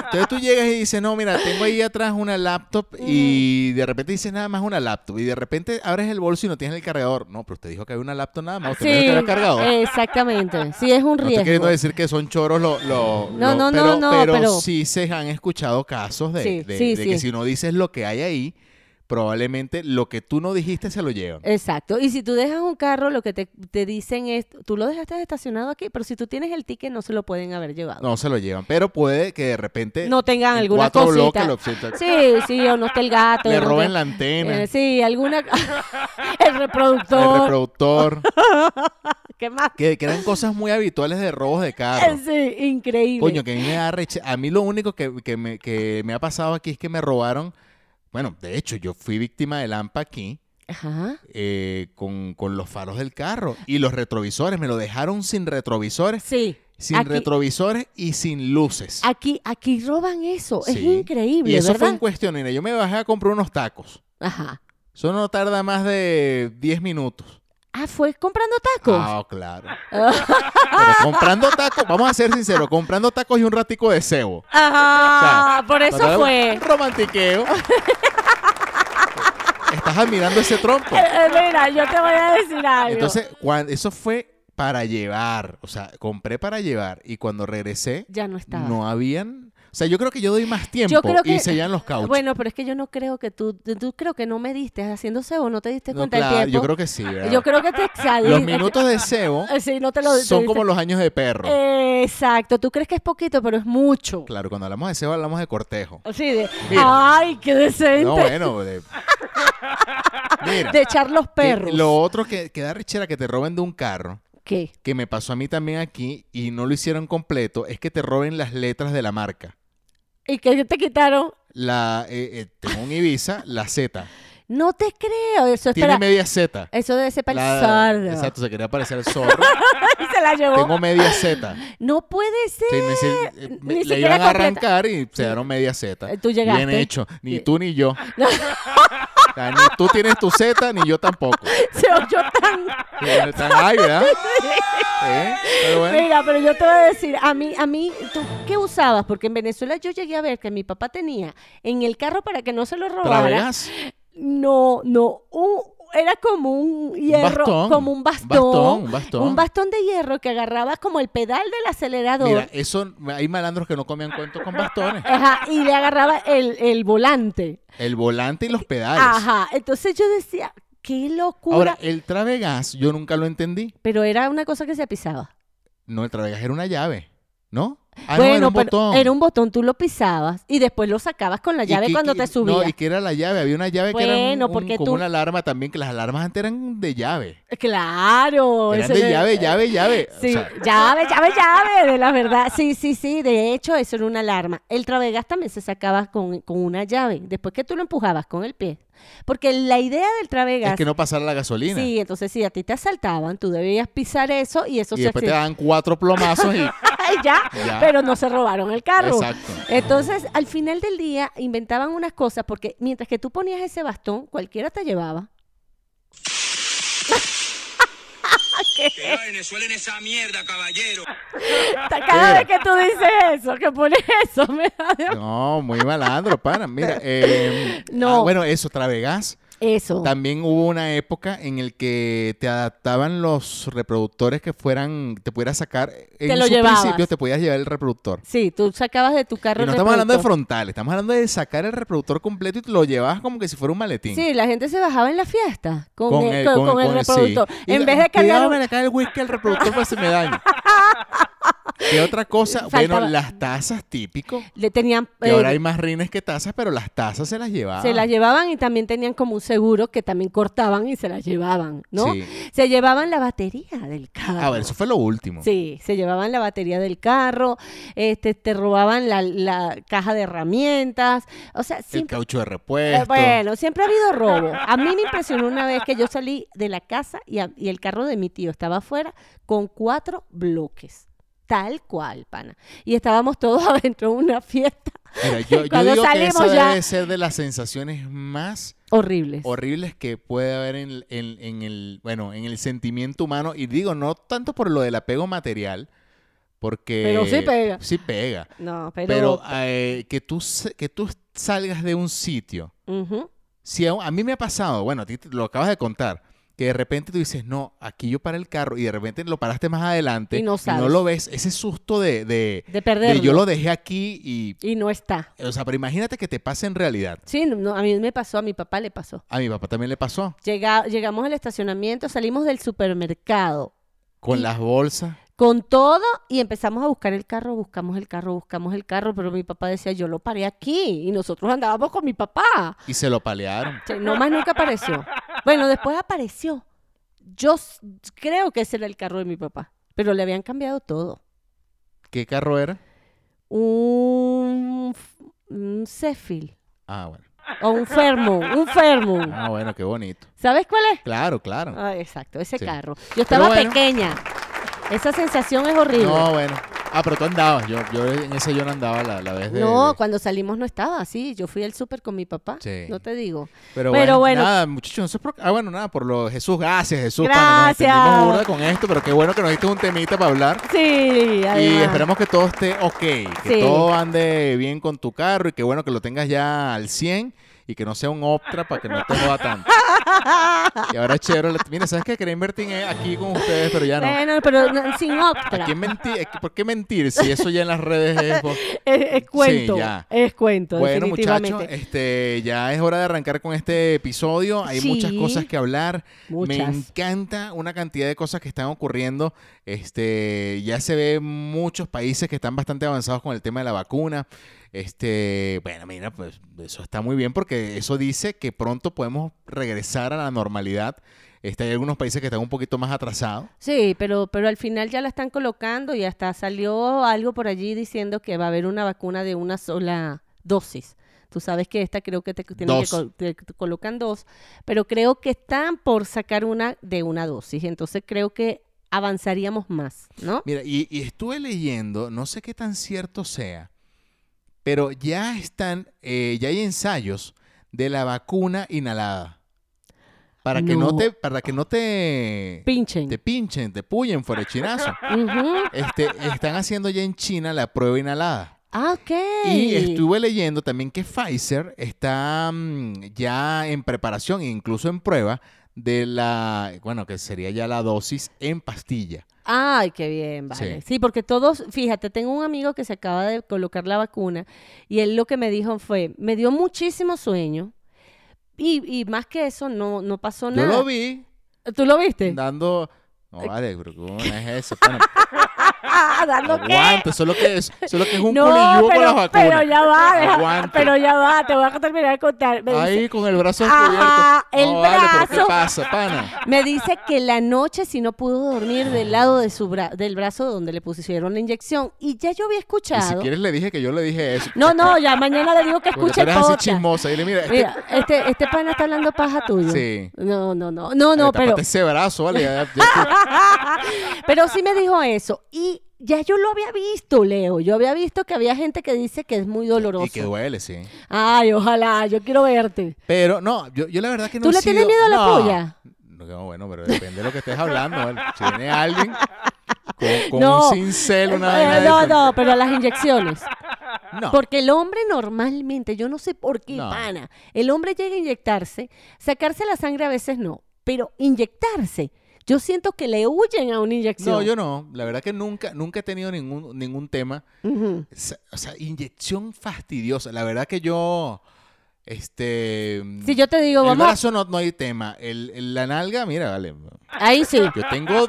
[SPEAKER 1] entonces tú llegas y dices, no, mira, tengo ahí atrás una laptop y de repente dices nada más una laptop y de repente abres el bolso y no tienes el cargador. No, pero usted dijo que había una laptop nada más, usted no dijo que
[SPEAKER 2] Sí,
[SPEAKER 1] había cargador.
[SPEAKER 2] exactamente. Sí, es un
[SPEAKER 1] No estoy
[SPEAKER 2] riesgo.
[SPEAKER 1] queriendo decir que son choros los... Lo,
[SPEAKER 2] No,
[SPEAKER 1] lo-
[SPEAKER 2] no, no,
[SPEAKER 1] pero,
[SPEAKER 2] no,
[SPEAKER 1] pero,
[SPEAKER 2] pero-
[SPEAKER 1] sí se han escuchado casos de,
[SPEAKER 2] Sí,
[SPEAKER 1] de-
[SPEAKER 2] sí,
[SPEAKER 1] de
[SPEAKER 2] sí.
[SPEAKER 1] que si no dices lo que hay ahí, probablemente lo que tú no dijiste se lo llevan.
[SPEAKER 2] Exacto. Y si tú dejas un carro, lo que te, te dicen es, tú lo dejaste estacionado aquí, pero si tú tienes el ticket, no se lo pueden haber llevado.
[SPEAKER 1] No se lo llevan, pero puede que de repente...
[SPEAKER 2] No
[SPEAKER 1] Eh,
[SPEAKER 2] tengan
[SPEAKER 1] en
[SPEAKER 2] alguna
[SPEAKER 1] cuatro
[SPEAKER 2] cosita.
[SPEAKER 1] bloques lo sientan-
[SPEAKER 2] Sí, sí, o no está el gato.
[SPEAKER 1] Le
[SPEAKER 2] o no
[SPEAKER 1] roben
[SPEAKER 2] está-
[SPEAKER 1] la antena.
[SPEAKER 2] Eh, sí, alguna... el reproductor.
[SPEAKER 1] el reproductor.
[SPEAKER 2] ¿Qué más? Eh,
[SPEAKER 1] que, que eran cosas muy habituales de robos de carro.
[SPEAKER 2] Sí, increíble.
[SPEAKER 1] Coño, que a mí me da reche- A mí lo único que, que me, que me ha pasado aquí es que me robaron. Bueno, de hecho, yo fui víctima de Lampa aquí
[SPEAKER 2] Ajá.
[SPEAKER 1] eh, con, con los faros del carro y los retrovisores. Me lo dejaron sin retrovisores,
[SPEAKER 2] Sí.
[SPEAKER 1] sin
[SPEAKER 2] aquí,
[SPEAKER 1] retrovisores y sin luces.
[SPEAKER 2] aquí, aquí roban eso. Es
[SPEAKER 1] Sí.
[SPEAKER 2] increíble,
[SPEAKER 1] Y eso fue
[SPEAKER 2] ¿verdad?
[SPEAKER 1] en cuestión. Mira, yo me bajé a comprar unos tacos.
[SPEAKER 2] Ajá.
[SPEAKER 1] Eso no tarda más de 10 minutos.
[SPEAKER 2] Ah, fue comprando tacos.
[SPEAKER 1] Ah, claro.
[SPEAKER 2] Ah.
[SPEAKER 1] Pero comprando tacos, vamos a ser sinceros, comprando tacos y un ratico de cebo.
[SPEAKER 2] Ajá, por eso
[SPEAKER 1] Cuando hay
[SPEAKER 2] fue.
[SPEAKER 1] un Romantiqueo. Estás admirando ese trompo.
[SPEAKER 2] Eh, mira, yo te voy a decir algo.
[SPEAKER 1] Entonces, cuan- eso fue para llevar. O sea, compré para llevar y cuando regresé
[SPEAKER 2] ya no estaba.
[SPEAKER 1] no habían... O sea, yo creo que yo doy más tiempo
[SPEAKER 2] Yo creo que-
[SPEAKER 1] y sellan los cauchos.
[SPEAKER 2] Bueno, pero es que yo no creo que tú, tú, tú creo que no me diste haciendo cebo, no te diste
[SPEAKER 1] No,
[SPEAKER 2] cuenta del
[SPEAKER 1] claro,
[SPEAKER 2] tiempo.
[SPEAKER 1] yo creo que sí, ¿verdad?
[SPEAKER 2] Yo creo que te excediste.
[SPEAKER 1] Los minutos de cebo
[SPEAKER 2] Eh, Sí, no te lo te
[SPEAKER 1] son
[SPEAKER 2] diste-
[SPEAKER 1] como los años de perro.
[SPEAKER 2] Exacto, tú crees que es poquito, pero es mucho.
[SPEAKER 1] Claro, cuando hablamos de cebo hablamos de cortejo.
[SPEAKER 2] Así de,
[SPEAKER 1] Mira.
[SPEAKER 2] ay, qué decente.
[SPEAKER 1] No, bueno. De... Mira,
[SPEAKER 2] de echar los perros.
[SPEAKER 1] que- lo otro que, que da richera que te roben de un carro
[SPEAKER 2] ¿Qué?
[SPEAKER 1] que me pasó a mí también aquí y no lo hicieron completo es que te roben las letras de la marca.
[SPEAKER 2] ¿Y que te quitaron?
[SPEAKER 1] La, eh, eh, tengo un Ibiza, la Z.
[SPEAKER 2] No te creo, eso
[SPEAKER 1] Tiene
[SPEAKER 2] espera.
[SPEAKER 1] media Z.
[SPEAKER 2] Eso debe ser para el
[SPEAKER 1] La-
[SPEAKER 2] sordo.
[SPEAKER 1] Exacto, se quería parecer al zorro.
[SPEAKER 2] Y se la llevó.
[SPEAKER 1] tengo media Z.
[SPEAKER 2] No puede ser.
[SPEAKER 1] Sí, me- se- eh, me-
[SPEAKER 2] Ni
[SPEAKER 1] le
[SPEAKER 2] siquiera
[SPEAKER 1] iban a
[SPEAKER 2] completa.
[SPEAKER 1] arrancar y se dieron media Z.
[SPEAKER 2] Eh, tú llegaste.
[SPEAKER 1] Bien hecho. Ni
[SPEAKER 2] Bien.
[SPEAKER 1] tú ni yo. O sea, ni tú tienes tu Z ni yo tampoco.
[SPEAKER 2] Se oyó tan.
[SPEAKER 1] Sí, bueno, tan- ay, ¿verdad? ¿Eh? Pero bueno.
[SPEAKER 2] Mira, pero yo te voy a decir, a mí, a mí, ¿tú qué usabas? Porque en Venezuela yo llegué a ver que mi papá tenía en el carro para que no se lo robara.
[SPEAKER 1] ¿Travegas?
[SPEAKER 2] No, no, un- era como un hierro,
[SPEAKER 1] bastón,
[SPEAKER 2] como
[SPEAKER 1] un
[SPEAKER 2] un bastón,
[SPEAKER 1] bastón, un bastón.
[SPEAKER 2] un bastón de hierro que agarraba como el pedal del acelerador.
[SPEAKER 1] Mira, eso hay malandros que no comían cuentos con bastones.
[SPEAKER 2] Ajá, y le agarraba el, el volante.
[SPEAKER 1] El volante y los pedales.
[SPEAKER 2] Ajá, entonces yo decía, qué locura.
[SPEAKER 1] Ahora, eh, el travegas, yo nunca lo entendí.
[SPEAKER 2] pero era una cosa que se pisaba.
[SPEAKER 1] No, el travegas era una llave, ¿no? Ah, no,
[SPEAKER 2] bueno,
[SPEAKER 1] era un
[SPEAKER 2] pero
[SPEAKER 1] botón.
[SPEAKER 2] era un botón, tú lo pisabas y después lo sacabas con la
[SPEAKER 1] Y
[SPEAKER 2] llave
[SPEAKER 1] que-
[SPEAKER 2] cuando
[SPEAKER 1] que-
[SPEAKER 2] te subías.
[SPEAKER 1] No, y que era la llave. Había una llave que era un-
[SPEAKER 2] Bueno,
[SPEAKER 1] un-
[SPEAKER 2] porque
[SPEAKER 1] como
[SPEAKER 2] tú-
[SPEAKER 1] una alarma también, que las alarmas antes eran de llave.
[SPEAKER 2] Claro,
[SPEAKER 1] Eran
[SPEAKER 2] eso
[SPEAKER 1] de
[SPEAKER 2] era-
[SPEAKER 1] llave, llave, llave. O
[SPEAKER 2] Sí,
[SPEAKER 1] sea,
[SPEAKER 2] llave, llave, llave, de la verdad. Sí, sí, sí, de hecho eso era una alarma. El travegas también se sacaba con, con una llave, después que tú lo empujabas con el pie. Porque la idea del travegas...
[SPEAKER 1] Es que no pasara la gasolina.
[SPEAKER 2] Sí, entonces si a ti te asaltaban, tú debías pisar eso y eso
[SPEAKER 1] y
[SPEAKER 2] se
[SPEAKER 1] después te
[SPEAKER 2] accidenta-
[SPEAKER 1] dan cuatro plomazos y...
[SPEAKER 2] Ay, ya,
[SPEAKER 1] Ya.
[SPEAKER 2] pero no se robaron el carro.
[SPEAKER 1] Exacto.
[SPEAKER 2] Entonces, al final del día inventaban unas cosas porque mientras que tú ponías ese bastón, cualquiera te llevaba.
[SPEAKER 5] Que vaina suelen esa mierda, caballero.
[SPEAKER 2] Cada vez que tú dices eso, que pones eso, me da de-
[SPEAKER 1] No, muy malandro, pana. Mira, eh,
[SPEAKER 2] No.
[SPEAKER 1] ah, bueno, eso, Travegas.
[SPEAKER 2] Eso.
[SPEAKER 1] También hubo una época en el que te adaptaban los reproductores que fueran, te pudieras sacar. En
[SPEAKER 2] Te lo
[SPEAKER 1] su
[SPEAKER 2] llevabas.
[SPEAKER 1] principio te podías llevar el reproductor.
[SPEAKER 2] Sí, tú sacabas de tu carro.
[SPEAKER 1] Y no
[SPEAKER 2] el
[SPEAKER 1] estamos hablando de
[SPEAKER 2] reproductor.
[SPEAKER 1] frontal, estamos hablando de sacar el reproductor completo y te lo llevabas como que si fuera un maletín.
[SPEAKER 2] Sí, la gente se bajaba en la fiesta con, el, con, con el
[SPEAKER 1] sí.
[SPEAKER 2] reproductor.
[SPEAKER 1] Y
[SPEAKER 2] En
[SPEAKER 1] la-
[SPEAKER 2] vez
[SPEAKER 1] cuidado,
[SPEAKER 2] de cargar.
[SPEAKER 1] me
[SPEAKER 2] un-
[SPEAKER 1] la cae el whisky al reproductor para se me daña. ¿Qué otra cosa?
[SPEAKER 2] Faltaba-
[SPEAKER 1] Bueno, las tazas típico.
[SPEAKER 2] Le tenían.
[SPEAKER 1] Que
[SPEAKER 2] eh,
[SPEAKER 1] ahora hay más rines que tazas, pero las tazas se las llevaban.
[SPEAKER 2] Se las llevaban y también tenían como un seguro que también cortaban y se las llevaban, ¿no?
[SPEAKER 1] Sí.
[SPEAKER 2] Se llevaban la batería del carro.
[SPEAKER 1] A ver, eso fue lo último.
[SPEAKER 2] Sí, se llevaban la batería del carro, este, te robaban la, la caja de herramientas, o sea,
[SPEAKER 1] El
[SPEAKER 2] siempre,
[SPEAKER 1] caucho de
[SPEAKER 2] eh,
[SPEAKER 1] repuesto.
[SPEAKER 2] bueno, siempre ha habido robo. A mí me impresionó una vez que yo salí de la casa y, a- y el carro de mi tío estaba afuera con cuatro bloques, tal cual, pana. Y estábamos todos adentro de una fiesta
[SPEAKER 1] Mira, yo, yo
[SPEAKER 2] Cuando
[SPEAKER 1] digo que
[SPEAKER 2] salimos
[SPEAKER 1] esa
[SPEAKER 2] ya-
[SPEAKER 1] debe ser de las sensaciones más
[SPEAKER 2] horribles.
[SPEAKER 1] horribles que puede haber en, en- en el, bueno, en el sentimiento humano. Y digo, no tanto por lo del apego material, porque...
[SPEAKER 2] Pero sí pega.
[SPEAKER 1] Sí pega.
[SPEAKER 2] no, pero,
[SPEAKER 1] Pero, eh, que, tú, se- que tú salgas de un sitio.
[SPEAKER 2] Ujú.
[SPEAKER 1] Si a, a mí me ha pasado, bueno, a ti te- lo acabas de contar, que de repente tú dices, no, aquí yo paré el carro y de repente lo paraste más adelante
[SPEAKER 2] Y no sabes.
[SPEAKER 1] lo ves. Ese susto de, de,
[SPEAKER 2] de
[SPEAKER 1] de
[SPEAKER 2] perderlo
[SPEAKER 1] yo lo dejé aquí y...
[SPEAKER 2] y no está.
[SPEAKER 1] O sea, pero imagínate que te pase en realidad.
[SPEAKER 2] Sí, no- no, a mí me pasó, a mi papá le pasó.
[SPEAKER 1] A mi papá también le pasó.
[SPEAKER 2] Llega- llegamos al estacionamiento, salimos del supermercado
[SPEAKER 1] Con
[SPEAKER 2] Y-
[SPEAKER 1] las bolsas.
[SPEAKER 2] con todo y empezamos a buscar el carro, buscamos el carro, buscamos el carro, pero mi papá decía, yo lo paré aquí y nosotros andábamos con mi papá.
[SPEAKER 1] Y se lo palearon.
[SPEAKER 2] O sea, no más nunca apareció. Bueno, después apareció. Yo s- creo que ese era el carro de mi papá, pero le habían cambiado todo.
[SPEAKER 1] ¿Qué carro era?
[SPEAKER 2] Un, f- un Cefil
[SPEAKER 1] Ah, bueno.
[SPEAKER 2] o un Fermon, un Fermon.
[SPEAKER 1] Ah, bueno, qué bonito.
[SPEAKER 2] ¿Sabes cuál es?
[SPEAKER 1] Claro, claro.
[SPEAKER 2] Ah, exacto, ese
[SPEAKER 1] Sí.
[SPEAKER 2] carro. Yo estaba
[SPEAKER 1] bueno.
[SPEAKER 2] pequeña. Esa sensación es horrible.
[SPEAKER 1] No, bueno. Ah, pero tú andabas. Yo, yo en ese yo no andaba la, la vez de...
[SPEAKER 2] No,
[SPEAKER 1] de-
[SPEAKER 2] cuando salimos no estaba así. Yo fui al súper con mi papá.
[SPEAKER 1] Sí.
[SPEAKER 2] No te digo.
[SPEAKER 1] Pero,
[SPEAKER 2] pero
[SPEAKER 1] bueno,
[SPEAKER 2] bueno.
[SPEAKER 1] Nada, muchachos. no sé por- Ah, bueno, nada, por lo... Jesús, gracias, Jesús. pana, nos
[SPEAKER 2] Gracias.
[SPEAKER 1] entendimos burda con esto, pero qué bueno que nos diste un temita para hablar.
[SPEAKER 2] Sí,
[SPEAKER 1] Y
[SPEAKER 2] además.
[SPEAKER 1] esperamos que todo esté ok, que
[SPEAKER 2] Sí.
[SPEAKER 1] todo ande bien con tu carro y que bueno que lo tengas ya al 100 y que no sea un Optra para que no te joda tanto. Y ahora Chevrolet, mira, ¿sabes qué? Quería invertir en- aquí con ustedes, pero ya no.
[SPEAKER 2] Bueno, pero no- sin
[SPEAKER 1] ¿A
[SPEAKER 2] Optra.
[SPEAKER 1] quién menti- eh, ¿Por qué mentir si eso ya en las redes es... bo-
[SPEAKER 2] Es, es cuento.
[SPEAKER 1] Sí, ya.
[SPEAKER 2] Es cuento,
[SPEAKER 1] Bueno, muchachos,
[SPEAKER 2] definitivamente.
[SPEAKER 1] este, ya es hora de arrancar con este episodio. Hay muchas
[SPEAKER 2] Sí.
[SPEAKER 1] cosas que hablar. Me
[SPEAKER 2] Muchas.
[SPEAKER 1] encanta una cantidad de cosas que están ocurriendo. Este, ya se ve muchos países que están bastante avanzados con el tema de la vacuna. Este, bueno, mira, pues eso está muy bien porque eso dice que pronto podemos regresar a la normalidad. Este, hay algunos países que están un poquito más atrasados.
[SPEAKER 2] Sí, pero, pero al final ya la están colocando y hasta salió algo por allí diciendo que va a haber una vacuna de una sola dosis. Tú sabes que esta creo que te, tienen que
[SPEAKER 1] Dos.
[SPEAKER 2] col- te- te colocan dos, pero creo que están por sacar una de una dosis. Entonces creo que avanzaríamos más, ¿no?
[SPEAKER 1] Mira, y, y estuve leyendo, no sé qué tan cierto sea, pero ya están, eh, ya hay ensayos de la vacuna inhalada. Para que no
[SPEAKER 2] No.
[SPEAKER 1] te, para que no te,
[SPEAKER 2] Pinchen.
[SPEAKER 1] te pinchen, te puyen fuera de chinazo.
[SPEAKER 2] Ujú.
[SPEAKER 1] Este, están haciendo ya en China la prueba inhalada.
[SPEAKER 2] Ah, ok.
[SPEAKER 1] Y estuve leyendo también que Pfizer está mm, ya en preparación, e incluso en prueba, de la, bueno, que sería ya la dosis en pastilla.
[SPEAKER 2] Ay, qué bien, vale.
[SPEAKER 1] Sí.
[SPEAKER 2] Sí. porque todos, fíjate, tengo un amigo que se acaba de colocar la vacuna y él lo que me dijo fue, me dio muchísimo sueño y, y más que eso no, no pasó
[SPEAKER 1] Yo
[SPEAKER 2] nada.
[SPEAKER 1] lo vi,
[SPEAKER 2] ¿Tú lo viste?
[SPEAKER 1] dando. No vale, pero ¿cómo es eso? pana?
[SPEAKER 2] ¿Dando qué?
[SPEAKER 1] Aguanta, eso es lo que es, eso es, lo que es un
[SPEAKER 2] Ah,
[SPEAKER 1] colillú
[SPEAKER 2] No,
[SPEAKER 1] con
[SPEAKER 2] pero-
[SPEAKER 1] las vacunas.
[SPEAKER 2] Pero ya va, deja-
[SPEAKER 1] Aguanta.
[SPEAKER 2] pero ya va, te voy a terminar de contar. Me
[SPEAKER 1] Ahí
[SPEAKER 2] dice,
[SPEAKER 1] con el brazo
[SPEAKER 2] Ajá,
[SPEAKER 1] descubierto.
[SPEAKER 2] el
[SPEAKER 1] No, vale, pero ¿qué
[SPEAKER 2] brazo.
[SPEAKER 1] pasa, pana?
[SPEAKER 2] me dice que la noche si no pudo dormir del lado de su bra- del brazo donde le pusieron la inyección y ya yo había
[SPEAKER 1] Y si
[SPEAKER 2] escuchado.
[SPEAKER 1] quieres le dije que yo le dije eso.
[SPEAKER 2] No, no, ya mañana le digo que
[SPEAKER 1] Porque
[SPEAKER 2] escuche
[SPEAKER 1] tú
[SPEAKER 2] el
[SPEAKER 1] eres así
[SPEAKER 2] podcast.
[SPEAKER 1] chismosa. Dile, mira, este-
[SPEAKER 2] Mira, este, este pana está hablando paja tuyo.
[SPEAKER 1] Sí.
[SPEAKER 2] No, no, no, no,
[SPEAKER 1] le
[SPEAKER 2] no,
[SPEAKER 1] tapaste
[SPEAKER 2] pero...
[SPEAKER 1] ese brazo, vale. ya- ya- ya-
[SPEAKER 2] Pero sí me dijo eso. Y ya yo lo había visto, Leo. Yo había visto que había gente que dice que es muy doloroso.
[SPEAKER 1] y que duele, sí.
[SPEAKER 2] Ay, ojalá, yo quiero verte.
[SPEAKER 1] Pero no, yo, yo la verdad que no
[SPEAKER 2] ¿Tú
[SPEAKER 1] he
[SPEAKER 2] le tienes
[SPEAKER 1] sido-
[SPEAKER 2] miedo a la
[SPEAKER 1] no.
[SPEAKER 2] polla?
[SPEAKER 1] No, bueno, pero depende de lo que estés hablando. ¿vale? Si viene alguien con, con
[SPEAKER 2] no.
[SPEAKER 1] un cincel, una
[SPEAKER 2] Eh,
[SPEAKER 1] vaina de-
[SPEAKER 2] No, no, pero a las inyecciones.
[SPEAKER 1] No.
[SPEAKER 2] Porque el hombre normalmente, yo no sé por qué,
[SPEAKER 1] No.
[SPEAKER 2] pana, el hombre llega a inyectarse, sacarse la sangre a veces no, pero inyectarse, yo siento que le huyen a una inyección.
[SPEAKER 1] No, yo no. La verdad que nunca, nunca he tenido ningún, ningún tema.
[SPEAKER 2] Ujú.
[SPEAKER 1] Sa- O sea, inyección fastidiosa. La verdad que yo. Este.
[SPEAKER 2] Si yo te digo,
[SPEAKER 1] el
[SPEAKER 2] vamos,
[SPEAKER 1] brazo no, no hay tema. El, el- la nalga, mira, vale.
[SPEAKER 2] ahí sí.
[SPEAKER 1] Yo tengo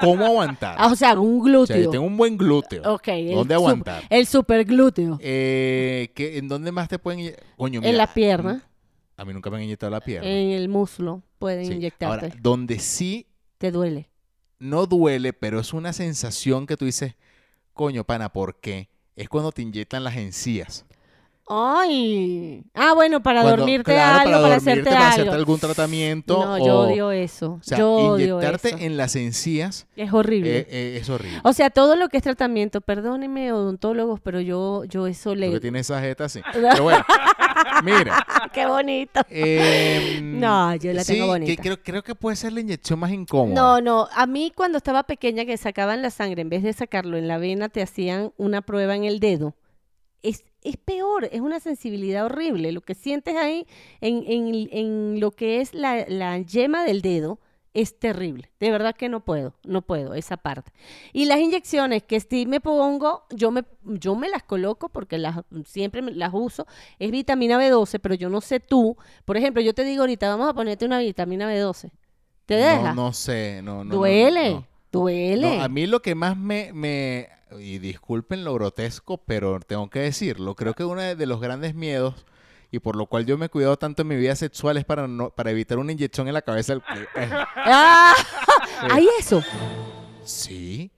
[SPEAKER 1] cómo aguantar.
[SPEAKER 2] Ah, o sea, un glúteo.
[SPEAKER 1] O sea, yo tengo un buen glúteo.
[SPEAKER 2] Ok, el
[SPEAKER 1] ¿Dónde
[SPEAKER 2] sup-
[SPEAKER 1] aguantar?
[SPEAKER 2] el super glúteo.
[SPEAKER 1] Eh, ¿qué- ¿En dónde más te pueden inye- Coño,
[SPEAKER 2] en
[SPEAKER 1] mira,
[SPEAKER 2] la pierna, Eh,
[SPEAKER 1] A mí nunca me han inyectado la pierna.
[SPEAKER 2] en el muslo, pueden
[SPEAKER 1] Sí.
[SPEAKER 2] inyectarte.
[SPEAKER 1] Ahora, donde sí
[SPEAKER 2] Te duele.
[SPEAKER 1] no duele, pero es una sensación que tú dices, coño, pana, ¿por qué? Es cuando te inyectan las encías.
[SPEAKER 2] Ay. Ah, bueno, para
[SPEAKER 1] Cuando-
[SPEAKER 2] dormirte
[SPEAKER 1] claro,
[SPEAKER 2] algo, para,
[SPEAKER 1] dormirte,
[SPEAKER 2] hacerte
[SPEAKER 1] para
[SPEAKER 2] algo.
[SPEAKER 1] hacerte algún tratamiento.
[SPEAKER 2] no,
[SPEAKER 1] o,
[SPEAKER 2] yo odio eso.
[SPEAKER 1] o sea,
[SPEAKER 2] yo odio
[SPEAKER 1] inyectarte
[SPEAKER 2] eso.
[SPEAKER 1] en las encías
[SPEAKER 2] Es horrible.
[SPEAKER 1] eh, eh, es horrible.
[SPEAKER 2] o sea, todo lo que es tratamiento, perdónenme odontólogos, pero yo yo eso
[SPEAKER 1] Tú que
[SPEAKER 2] le
[SPEAKER 1] tienes esa jeta así. Pero bueno, mira.
[SPEAKER 2] Ah, Qué bonito.
[SPEAKER 1] em,
[SPEAKER 2] No, yo la
[SPEAKER 1] sí,
[SPEAKER 2] tengo
[SPEAKER 1] que
[SPEAKER 2] bonita.
[SPEAKER 1] creo, creo que puede ser la inyección más incómoda.
[SPEAKER 2] No, no, a mí cuando estaba pequeña que sacaban la sangre, en vez de sacarlo en la vena, te hacían una prueba en el dedo. Es, es peor, es una sensibilidad horrible. Lo que sientes ahí en, en- en lo que es la, la yema del dedo es terrible. De verdad que no puedo, no puedo esa parte. Y las inyecciones que sí me pongo, yo me, yo me las coloco porque las, siempre me- las uso, es vitamina B12, pero yo no sé tú. Por ejemplo, yo te digo ahorita, vamos a ponerte una vitamina B12. ¿Te
[SPEAKER 1] No,
[SPEAKER 2] deja?
[SPEAKER 1] no sé. No, no, no,
[SPEAKER 2] duele,
[SPEAKER 1] no.
[SPEAKER 2] duele.
[SPEAKER 1] No, a mí lo que más me, me- Y disculpen lo grotesco, pero tengo que decirlo. Creo que uno de- de los grandes miedos y por lo cual yo me he cuidado tanto en mi vida sexual es para, no, para evitar una inyección en la cabeza. Eh,
[SPEAKER 2] Ah, Hay eso.
[SPEAKER 1] sí.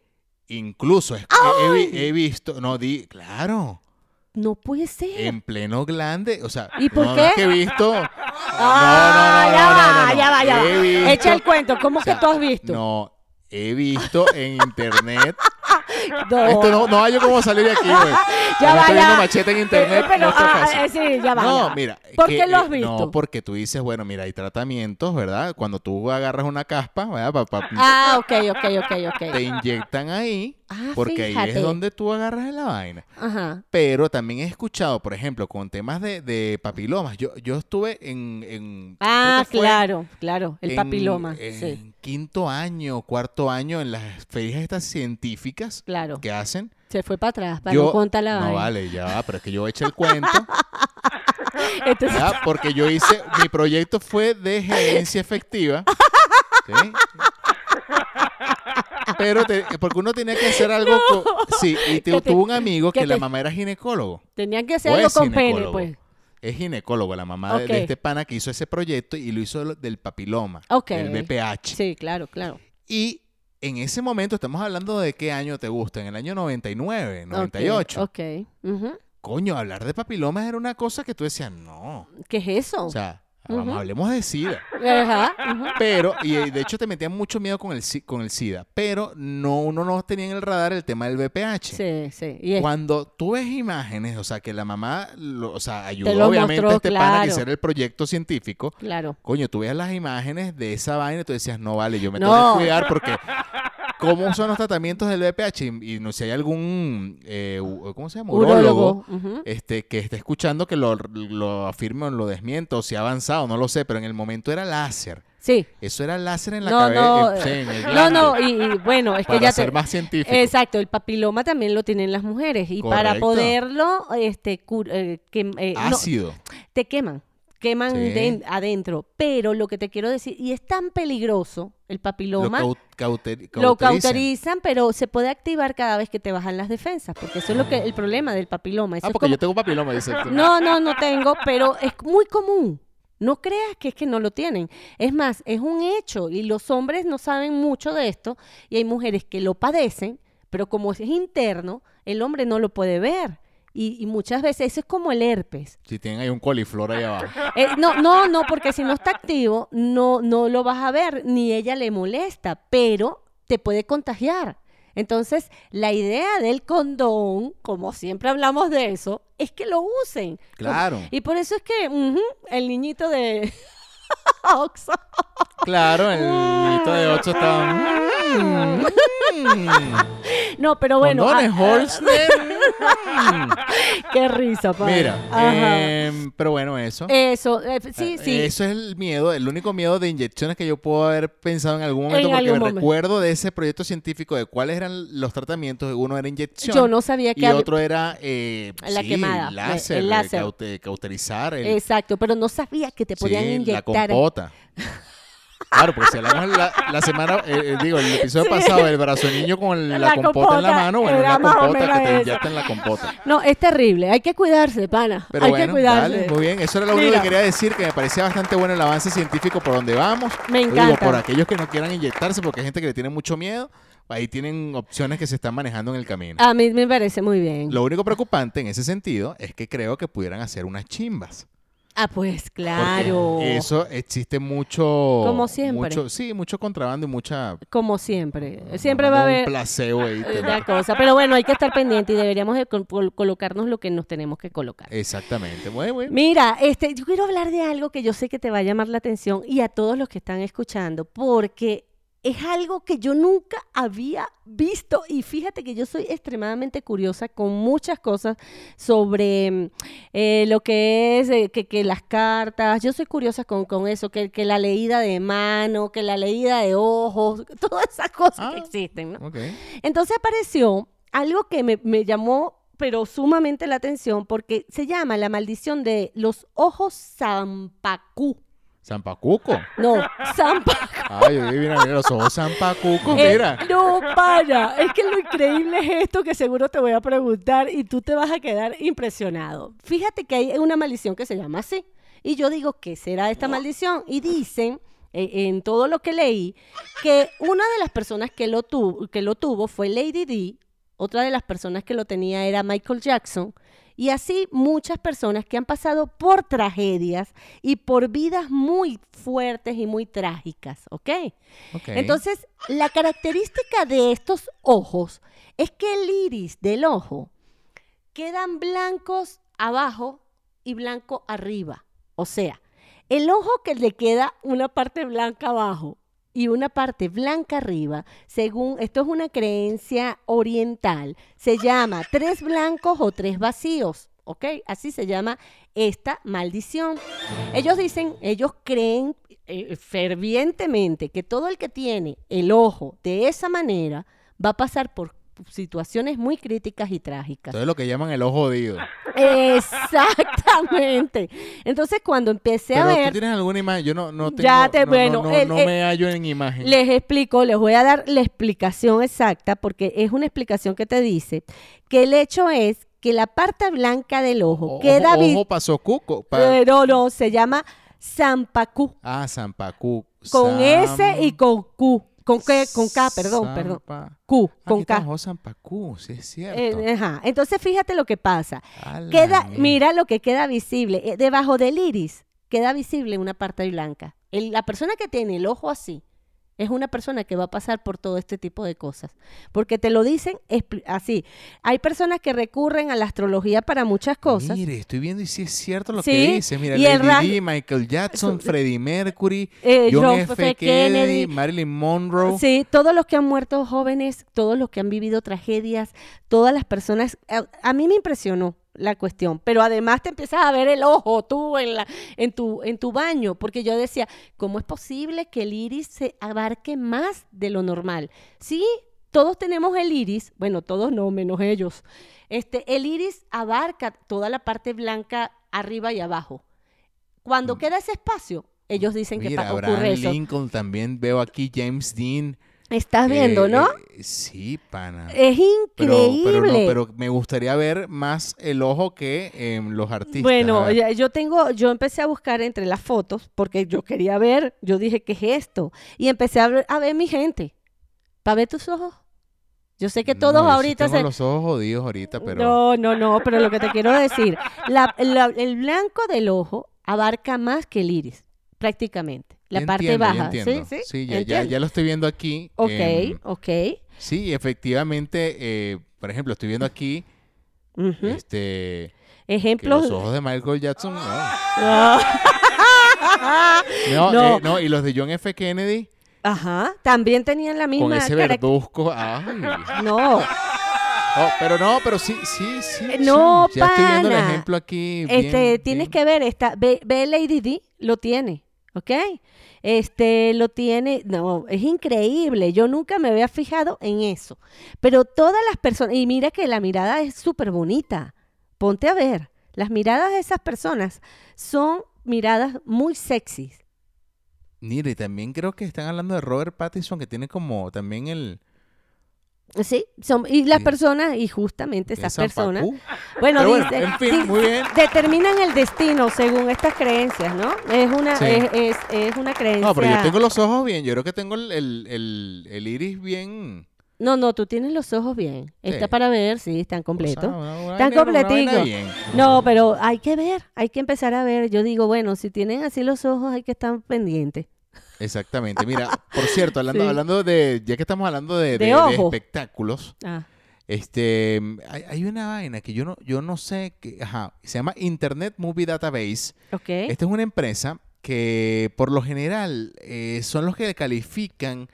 [SPEAKER 1] Incluso es- he, vi- he visto... No, di... Claro.
[SPEAKER 2] No puede ser.
[SPEAKER 1] En pleno glande. O sea...
[SPEAKER 2] ¿Y por
[SPEAKER 1] no, no
[SPEAKER 2] qué?
[SPEAKER 1] es que he visto... No, no, no,
[SPEAKER 2] Ah,
[SPEAKER 1] no,
[SPEAKER 2] ya
[SPEAKER 1] no,
[SPEAKER 2] va,
[SPEAKER 1] no, no.
[SPEAKER 2] ya va, ya
[SPEAKER 1] He
[SPEAKER 2] va.
[SPEAKER 1] visto-
[SPEAKER 2] Echa el cuento, ¿cómo
[SPEAKER 1] o sea,
[SPEAKER 2] que tú has visto?
[SPEAKER 1] No, he visto en internet
[SPEAKER 2] No.
[SPEAKER 1] Esto este no, no hay yo cómo salir de aquí, güey.
[SPEAKER 2] Ya
[SPEAKER 1] Yo
[SPEAKER 2] va,
[SPEAKER 1] estoy
[SPEAKER 2] ya.
[SPEAKER 1] viendo machete en internet.
[SPEAKER 2] Eh, pero,
[SPEAKER 1] Este no está
[SPEAKER 2] ah,
[SPEAKER 1] fácil.
[SPEAKER 2] eh, sí, ya va,
[SPEAKER 1] No,
[SPEAKER 2] ya va.
[SPEAKER 1] mira.
[SPEAKER 2] ¿Por
[SPEAKER 1] que,
[SPEAKER 2] qué lo has
[SPEAKER 1] eh,
[SPEAKER 2] visto?
[SPEAKER 1] No, porque tú dices, bueno, mira, hay tratamientos, ¿verdad? Cuando tú agarras una caspa, ¿verdad? Pa- pa-
[SPEAKER 2] Ah, ok, ok, ok, ok.
[SPEAKER 1] te inyectan ahí,
[SPEAKER 2] Ah,
[SPEAKER 1] porque ahí
[SPEAKER 2] fíjate.
[SPEAKER 1] es donde tú agarras la vaina.
[SPEAKER 2] Ajá.
[SPEAKER 1] Pero también he escuchado, por ejemplo, con temas de, de papilomas. Yo, yo estuve en... en-
[SPEAKER 2] Ah,
[SPEAKER 1] creo que fue
[SPEAKER 2] claro, claro, el
[SPEAKER 1] en-
[SPEAKER 2] papiloma.
[SPEAKER 1] En
[SPEAKER 2] Sí,
[SPEAKER 1] quinto año, cuarto año, en las ferias estas científicas
[SPEAKER 2] claro.
[SPEAKER 1] que hacen.
[SPEAKER 2] Se fue para atrás, para
[SPEAKER 1] Yo-
[SPEAKER 2] no contar la
[SPEAKER 1] No
[SPEAKER 2] vaina.
[SPEAKER 1] vale, ya va, pero es que yo eché el cuento,
[SPEAKER 2] Entonces,
[SPEAKER 1] ¿verdad? Porque yo hice, mi proyecto fue de gerencia efectiva. ¿sí? Pero te- porque uno tenía que hacer algo. co- sí, y te-
[SPEAKER 2] Que te-
[SPEAKER 1] tuvo un amigo
[SPEAKER 2] que
[SPEAKER 1] que, la
[SPEAKER 2] te-
[SPEAKER 1] mamá era ginecólogo.
[SPEAKER 2] tenían que
[SPEAKER 1] o
[SPEAKER 2] hacerlo
[SPEAKER 1] es
[SPEAKER 2] con pene,
[SPEAKER 1] ginecólogo.
[SPEAKER 2] pues.
[SPEAKER 1] Es ginecólogo, la mamá de- de,
[SPEAKER 2] Ok.
[SPEAKER 1] este pana que hizo ese proyecto y lo hizo lo- del papiloma,
[SPEAKER 2] Ok.
[SPEAKER 1] del BPH.
[SPEAKER 2] Sí, claro, claro.
[SPEAKER 1] Y en ese momento, estamos hablando de qué año te gusta, en el año 99, 98.
[SPEAKER 2] Ok. ok. Ujú.
[SPEAKER 1] Coño, hablar de papilomas era una cosa que tú decías, no.
[SPEAKER 2] ¿Qué es eso?
[SPEAKER 1] O sea, vamos,
[SPEAKER 2] Ujú.
[SPEAKER 1] hablemos de SIDA.
[SPEAKER 2] Ajá, ujú.
[SPEAKER 1] Pero, y eh, de hecho te metían mucho miedo con el, si- con el SIDA, pero no, uno no tenía en el radar el tema del BPH.
[SPEAKER 2] Sí, sí. Y es-
[SPEAKER 1] Cuando tú ves imágenes, o sea, que la mamá, lo- o sea, ayudó
[SPEAKER 2] lo
[SPEAKER 1] obviamente
[SPEAKER 2] mostró,
[SPEAKER 1] a este pana que
[SPEAKER 2] claro.
[SPEAKER 1] hiciera el proyecto científico.
[SPEAKER 2] claro.
[SPEAKER 1] Coño, tú veías las imágenes de esa vaina y tú decías, no vale, yo me
[SPEAKER 2] No.
[SPEAKER 1] tengo que cuidar porque ¿cómo son los tratamientos del BPH? Y, y no sé, hay algún, eh, u- ¿cómo se llama?
[SPEAKER 2] Urólogo. ujú.
[SPEAKER 1] este, que esté escuchando que lo, lo afirme o lo desmiento, o si ha avanzado, no lo sé, pero en el momento era láser.
[SPEAKER 2] Sí.
[SPEAKER 1] Eso era láser en la
[SPEAKER 2] No,
[SPEAKER 1] cabeza.
[SPEAKER 2] no, eh,
[SPEAKER 1] en- sí, en el
[SPEAKER 2] No,
[SPEAKER 1] glande,
[SPEAKER 2] no, y, y bueno, es
[SPEAKER 1] para
[SPEAKER 2] que ya
[SPEAKER 1] ser
[SPEAKER 2] te...
[SPEAKER 1] más científico.
[SPEAKER 2] Exacto, el papiloma también lo tienen las mujeres y para
[SPEAKER 1] Correcto.
[SPEAKER 2] poderlo, este, cur- eh, que, eh, no,
[SPEAKER 1] Ácido.
[SPEAKER 2] te queman, queman
[SPEAKER 1] Sí.
[SPEAKER 2] den- adentro. Pero lo que te quiero decir, y es tan peligroso el
[SPEAKER 1] Lo,
[SPEAKER 2] papiloma,
[SPEAKER 1] cau- cauteri- cauterizan.
[SPEAKER 2] lo cauterizan, pero se puede activar cada vez que te bajan las defensas, porque eso es lo que el problema del papiloma. Eso
[SPEAKER 1] Ah,
[SPEAKER 2] es
[SPEAKER 1] porque
[SPEAKER 2] como-
[SPEAKER 1] yo tengo papiloma, dice. tú.
[SPEAKER 2] No, no, no tengo, pero es muy común. No creas que es que no lo tienen. Es más, es un hecho y los hombres no saben mucho de esto y hay mujeres que lo padecen, pero como es interno, el hombre no lo puede ver. Y, y muchas veces eso es como el herpes.
[SPEAKER 1] Si tienen ahí un coliflor ahí abajo.
[SPEAKER 2] Eh, no, no, no, porque si no está activo, no, no lo vas a ver, ni ella le molesta, pero te puede contagiar. Entonces, la idea del condón, como siempre hablamos de eso, es que lo usen.
[SPEAKER 1] Claro.
[SPEAKER 2] Y por eso es que ujú, el niñito de Oxo.
[SPEAKER 1] Claro, el niñito de 8 está. Mm, mm.
[SPEAKER 2] No, pero bueno.
[SPEAKER 1] Condones,
[SPEAKER 2] ah,
[SPEAKER 1] Holzner.
[SPEAKER 2] qué risa, padre.
[SPEAKER 1] Mira,
[SPEAKER 2] Ajá.
[SPEAKER 1] em, pero bueno, eso.
[SPEAKER 2] Eso, eh, sí,
[SPEAKER 1] Eh,
[SPEAKER 2] sí.
[SPEAKER 1] Eso es el miedo, el único miedo de inyecciones que yo puedo haber pensado en algún momento,
[SPEAKER 2] En
[SPEAKER 1] porque
[SPEAKER 2] algún
[SPEAKER 1] me
[SPEAKER 2] momento.
[SPEAKER 1] recuerdo de ese proyecto científico de cuáles eran los tratamientos. Uno era inyección.
[SPEAKER 2] Yo no sabía que
[SPEAKER 1] Y
[SPEAKER 2] había-
[SPEAKER 1] otro era. eh,
[SPEAKER 2] La
[SPEAKER 1] sí,
[SPEAKER 2] quemada,
[SPEAKER 1] Láser,
[SPEAKER 2] el
[SPEAKER 1] eh,
[SPEAKER 2] láser.
[SPEAKER 1] caute- cauterizar. El,
[SPEAKER 2] Exacto, pero no sabía que te podían
[SPEAKER 1] sí, la
[SPEAKER 2] inyectar.
[SPEAKER 1] compota. Claro, porque si hablamos la, la semana, eh, eh, digo, el episodio pasado del brazo de niño con el- la,
[SPEAKER 2] La
[SPEAKER 1] compota, en la
[SPEAKER 2] compota
[SPEAKER 1] mano, bueno,
[SPEAKER 2] era
[SPEAKER 1] una
[SPEAKER 2] más o
[SPEAKER 1] compota que
[SPEAKER 2] menos
[SPEAKER 1] te
[SPEAKER 2] eso.
[SPEAKER 1] inyectan la compota.
[SPEAKER 2] No, es terrible. Hay que cuidarse, pana.
[SPEAKER 1] Pero
[SPEAKER 2] Hay que
[SPEAKER 1] bueno,
[SPEAKER 2] cuidarse.
[SPEAKER 1] dale, muy bien. Eso era lo único
[SPEAKER 2] Mira.
[SPEAKER 1] que quería decir, que me parecía bastante bueno el avance científico por donde vamos.
[SPEAKER 2] Me
[SPEAKER 1] Yo Digo,
[SPEAKER 2] encanta.
[SPEAKER 1] por aquellos que no quieran inyectarse, porque hay gente que le tiene mucho miedo, ahí tienen opciones que se están manejando en el camino.
[SPEAKER 2] A mí me parece muy bien.
[SPEAKER 1] Lo único preocupante en ese sentido es que creo que pudieran hacer unas chimbas.
[SPEAKER 2] Ah, pues
[SPEAKER 1] Porque
[SPEAKER 2] claro.
[SPEAKER 1] Eso existe mucho.
[SPEAKER 2] Como siempre.
[SPEAKER 1] mucho- sí, mucho contrabando y mucha.
[SPEAKER 2] Como siempre. Siempre va
[SPEAKER 1] mandando
[SPEAKER 2] a haber Ah,
[SPEAKER 1] Un placebo ahí.
[SPEAKER 2] una cosa. Pero bueno, hay que estar pendiente y deberíamos de col- col- colocarnos lo que nos tenemos que colocar.
[SPEAKER 1] Exactamente. Bueno, bueno.
[SPEAKER 2] Mira, este, yo quiero hablar de algo que yo sé que te va a llamar la atención y a todos los que están escuchando, porque es algo que yo nunca había visto y fíjate que yo soy extremadamente curiosa con muchas cosas sobre mm, eh, lo que es, eh, que, que las cartas, yo soy curiosa con, con eso, que, que la leída de mano, que la leída de ojos, todas esas cosas que
[SPEAKER 1] Ah.
[SPEAKER 2] existen, ¿no?
[SPEAKER 1] Ok.
[SPEAKER 2] Entonces apareció algo que me, me llamó, pero sumamente la atención, porque se llama la maldición de los ojos zampacú.
[SPEAKER 1] Zampacuco.
[SPEAKER 2] No, zampacú.
[SPEAKER 1] Ay, yo vi, mira, mira, los ojos Zampacuco,
[SPEAKER 2] Eh,
[SPEAKER 1] mira.
[SPEAKER 2] no, para. Es que lo increíble es esto que seguro te voy a preguntar y tú te vas a quedar impresionado. Fíjate que hay una maldición que se llama así. Y yo digo, ¿qué será esta maldición? Y dicen, eh, en todo lo que leí, que una de las personas que lo, tu- que lo tuvo fue Lady D, otra de las personas que lo tenía era Michael Jackson, y así muchas personas que han pasado por tragedias y por vidas muy fuertes y muy trágicas, ¿ok?
[SPEAKER 1] Ok.
[SPEAKER 2] Entonces, la característica de estos ojos es que el iris del ojo quedan blancos abajo y blanco arriba. O sea, el ojo que le queda una parte blanca abajo y una parte blanca arriba, según esto es una creencia oriental, se llama tres blancos o tres vacíos. ¿Ok? Así se llama esta maldición. Ellos dicen, ellos creen eh, fervientemente que todo el que tiene el ojo de esa manera va a pasar por situaciones muy críticas y trágicas.
[SPEAKER 1] Entonces lo que llaman el ojo jodido.
[SPEAKER 2] Ah. Exactamente. Entonces, cuando empecé
[SPEAKER 1] Pero
[SPEAKER 2] a
[SPEAKER 1] tú
[SPEAKER 2] ver,
[SPEAKER 1] tienes alguna imagen, yo no, no tengo,
[SPEAKER 2] Ya te-
[SPEAKER 1] no- no-
[SPEAKER 2] bueno,
[SPEAKER 1] no,
[SPEAKER 2] el-
[SPEAKER 1] no
[SPEAKER 2] el-
[SPEAKER 1] me hallo en imagen.
[SPEAKER 2] les explico, les voy a dar la explicación exacta, porque es una explicación que te dice que el hecho es que la parte blanca del ojo
[SPEAKER 1] O-
[SPEAKER 2] queda
[SPEAKER 1] ojo,
[SPEAKER 2] vi-
[SPEAKER 1] ojo pasó cuco. pa-
[SPEAKER 2] pero no, se llama zampacú,
[SPEAKER 1] ah, Zampacú.
[SPEAKER 2] con
[SPEAKER 1] Zam-
[SPEAKER 2] S y con Q, con, que, con K, perdón,
[SPEAKER 1] Zampa-
[SPEAKER 2] perdón,
[SPEAKER 1] Ah,
[SPEAKER 2] Q, con
[SPEAKER 1] aquí está,
[SPEAKER 2] K.
[SPEAKER 1] ojo Zampacú, sí es cierto.
[SPEAKER 2] Eh, ajá. Entonces, fíjate lo que pasa.
[SPEAKER 1] A la
[SPEAKER 2] Queda,
[SPEAKER 1] mierda.
[SPEAKER 2] mira lo que queda visible. eh, Debajo del iris queda visible una parte blanca. El- la persona que tiene el ojo así es una persona que va a pasar por todo este tipo de cosas. Porque te lo dicen expli- así. Hay personas que recurren a la astrología para muchas cosas.
[SPEAKER 1] Mire, estoy viendo y sí es cierto lo
[SPEAKER 2] Sí,
[SPEAKER 1] que dice. Mira,
[SPEAKER 2] y el
[SPEAKER 1] Lady D,
[SPEAKER 2] ras-
[SPEAKER 1] Michael Jackson, Freddie Mercury,
[SPEAKER 2] Eh,
[SPEAKER 1] John
[SPEAKER 2] John
[SPEAKER 1] F.
[SPEAKER 2] F.
[SPEAKER 1] Kennedy,
[SPEAKER 2] Kennedy,
[SPEAKER 1] Marilyn Monroe.
[SPEAKER 2] Sí, todos los que han muerto jóvenes, todos los que han vivido tragedias, todas las personas. A, a mí me impresionó la cuestión, pero además te empiezas a ver el ojo tú en, la, en, tu, en tu baño, porque yo decía, ¿cómo es posible que el iris se abarque más de lo normal? Sí, todos tenemos el iris, bueno, todos no, menos ellos. Este, el iris abarca toda la parte blanca arriba y abajo Cuando queda ese espacio, ellos dicen que
[SPEAKER 1] Mm. Mira,
[SPEAKER 2] para
[SPEAKER 1] Abraham
[SPEAKER 2] ocurre eso.
[SPEAKER 1] Lincoln también veo aquí James Dean.
[SPEAKER 2] Estás
[SPEAKER 1] eh,
[SPEAKER 2] viendo, ¿no?
[SPEAKER 1] eh, sí, pana.
[SPEAKER 2] es
[SPEAKER 1] Pero,
[SPEAKER 2] increíble.
[SPEAKER 1] pero no, pero me gustaría ver más el ojo que em, los artistas. A
[SPEAKER 2] Bueno,
[SPEAKER 1] ver.
[SPEAKER 2] ya- yo tengo, yo empecé a buscar entre las fotos porque yo quería ver, yo dije, ¿qué es esto? Y empecé a ver, a ver mi gente. ¿Para ver tus ojos? Yo sé que
[SPEAKER 1] No,
[SPEAKER 2] todos
[SPEAKER 1] yo sí
[SPEAKER 2] ahorita
[SPEAKER 1] tengo
[SPEAKER 2] se...
[SPEAKER 1] los ojos jodidos ahorita, pero...
[SPEAKER 2] No, no, no, pero lo que te quiero decir, la- la- el blanco del ojo abarca más que el iris, prácticamente. La
[SPEAKER 1] Ya
[SPEAKER 2] parte
[SPEAKER 1] entiendo, ya
[SPEAKER 2] baja.
[SPEAKER 1] entiendo.
[SPEAKER 2] Sí, sí.
[SPEAKER 1] ya, ya,
[SPEAKER 2] entiendo.
[SPEAKER 1] ya lo estoy viendo aquí.
[SPEAKER 2] Ok,
[SPEAKER 1] em,
[SPEAKER 2] ok.
[SPEAKER 1] sí, efectivamente, eh, por ejemplo, estoy viendo aquí
[SPEAKER 2] ujú.
[SPEAKER 1] este, que
[SPEAKER 2] Ejemplos. ah,
[SPEAKER 1] los ojos de Michael Jackson. wow. No,
[SPEAKER 2] No.
[SPEAKER 1] eh, no, y los de John F. Kennedy
[SPEAKER 2] Ajá. También tenían la
[SPEAKER 1] con
[SPEAKER 2] misma
[SPEAKER 1] ese
[SPEAKER 2] carac-
[SPEAKER 1] verduzco. Ay.
[SPEAKER 2] No.
[SPEAKER 1] Oh, pero no, pero sí, sí, sí.
[SPEAKER 2] Eh, no,
[SPEAKER 1] sí. Ya estoy viendo el
[SPEAKER 2] pana.
[SPEAKER 1] ejemplo aquí. bien,
[SPEAKER 2] Este, tienes
[SPEAKER 1] bien.
[SPEAKER 2] que ver, esta, ve, ve Lady D, lo tiene, ¿ok? Este, lo tiene, no, es increíble, yo nunca me había fijado en eso, pero todas las personas, y mira que la mirada es súper bonita, ponte a ver, las miradas de esas personas son miradas muy sexys.
[SPEAKER 1] Mira, y también creo que están hablando de Robert Pattinson, que tiene como también el...
[SPEAKER 2] Sí, son, y las
[SPEAKER 1] Sí.
[SPEAKER 2] personas, y justamente
[SPEAKER 1] tiene
[SPEAKER 2] esas
[SPEAKER 1] San
[SPEAKER 2] personas,
[SPEAKER 1] Pacú.
[SPEAKER 2] bueno,
[SPEAKER 1] Pero bueno,
[SPEAKER 2] dice-
[SPEAKER 1] en fin,
[SPEAKER 2] sí,
[SPEAKER 1] muy bien.
[SPEAKER 2] determinan el destino según estas creencias, ¿no? Es una,
[SPEAKER 1] Sí.
[SPEAKER 2] es, es- es una creencia.
[SPEAKER 1] No, pero yo tengo los ojos bien. Yo creo que tengo el, el- el- el iris bien.
[SPEAKER 2] No, no, tú tienes los ojos bien. Está
[SPEAKER 1] Sí.
[SPEAKER 2] para ver, sí, están completos.
[SPEAKER 1] forzado, una- una
[SPEAKER 2] Están
[SPEAKER 1] vaina- una vaina
[SPEAKER 2] completico.
[SPEAKER 1] bien.
[SPEAKER 2] No, pero hay que ver, hay que empezar a ver. Yo digo, bueno, si tienen así los ojos, hay que estar pendientes.
[SPEAKER 1] Exactamente. Mira, por cierto, hablando,
[SPEAKER 2] Sí.
[SPEAKER 1] hablando de. Ya que estamos hablando de,
[SPEAKER 2] De
[SPEAKER 1] de- de
[SPEAKER 2] ojo.
[SPEAKER 1] espectáculos,
[SPEAKER 2] Ah,
[SPEAKER 1] este, hay, hay una vaina que yo no, yo no sé. Que, ajá, se llama Internet Movie Database.
[SPEAKER 2] ok.
[SPEAKER 1] Esta es una empresa que, por lo general, eh, son los que califican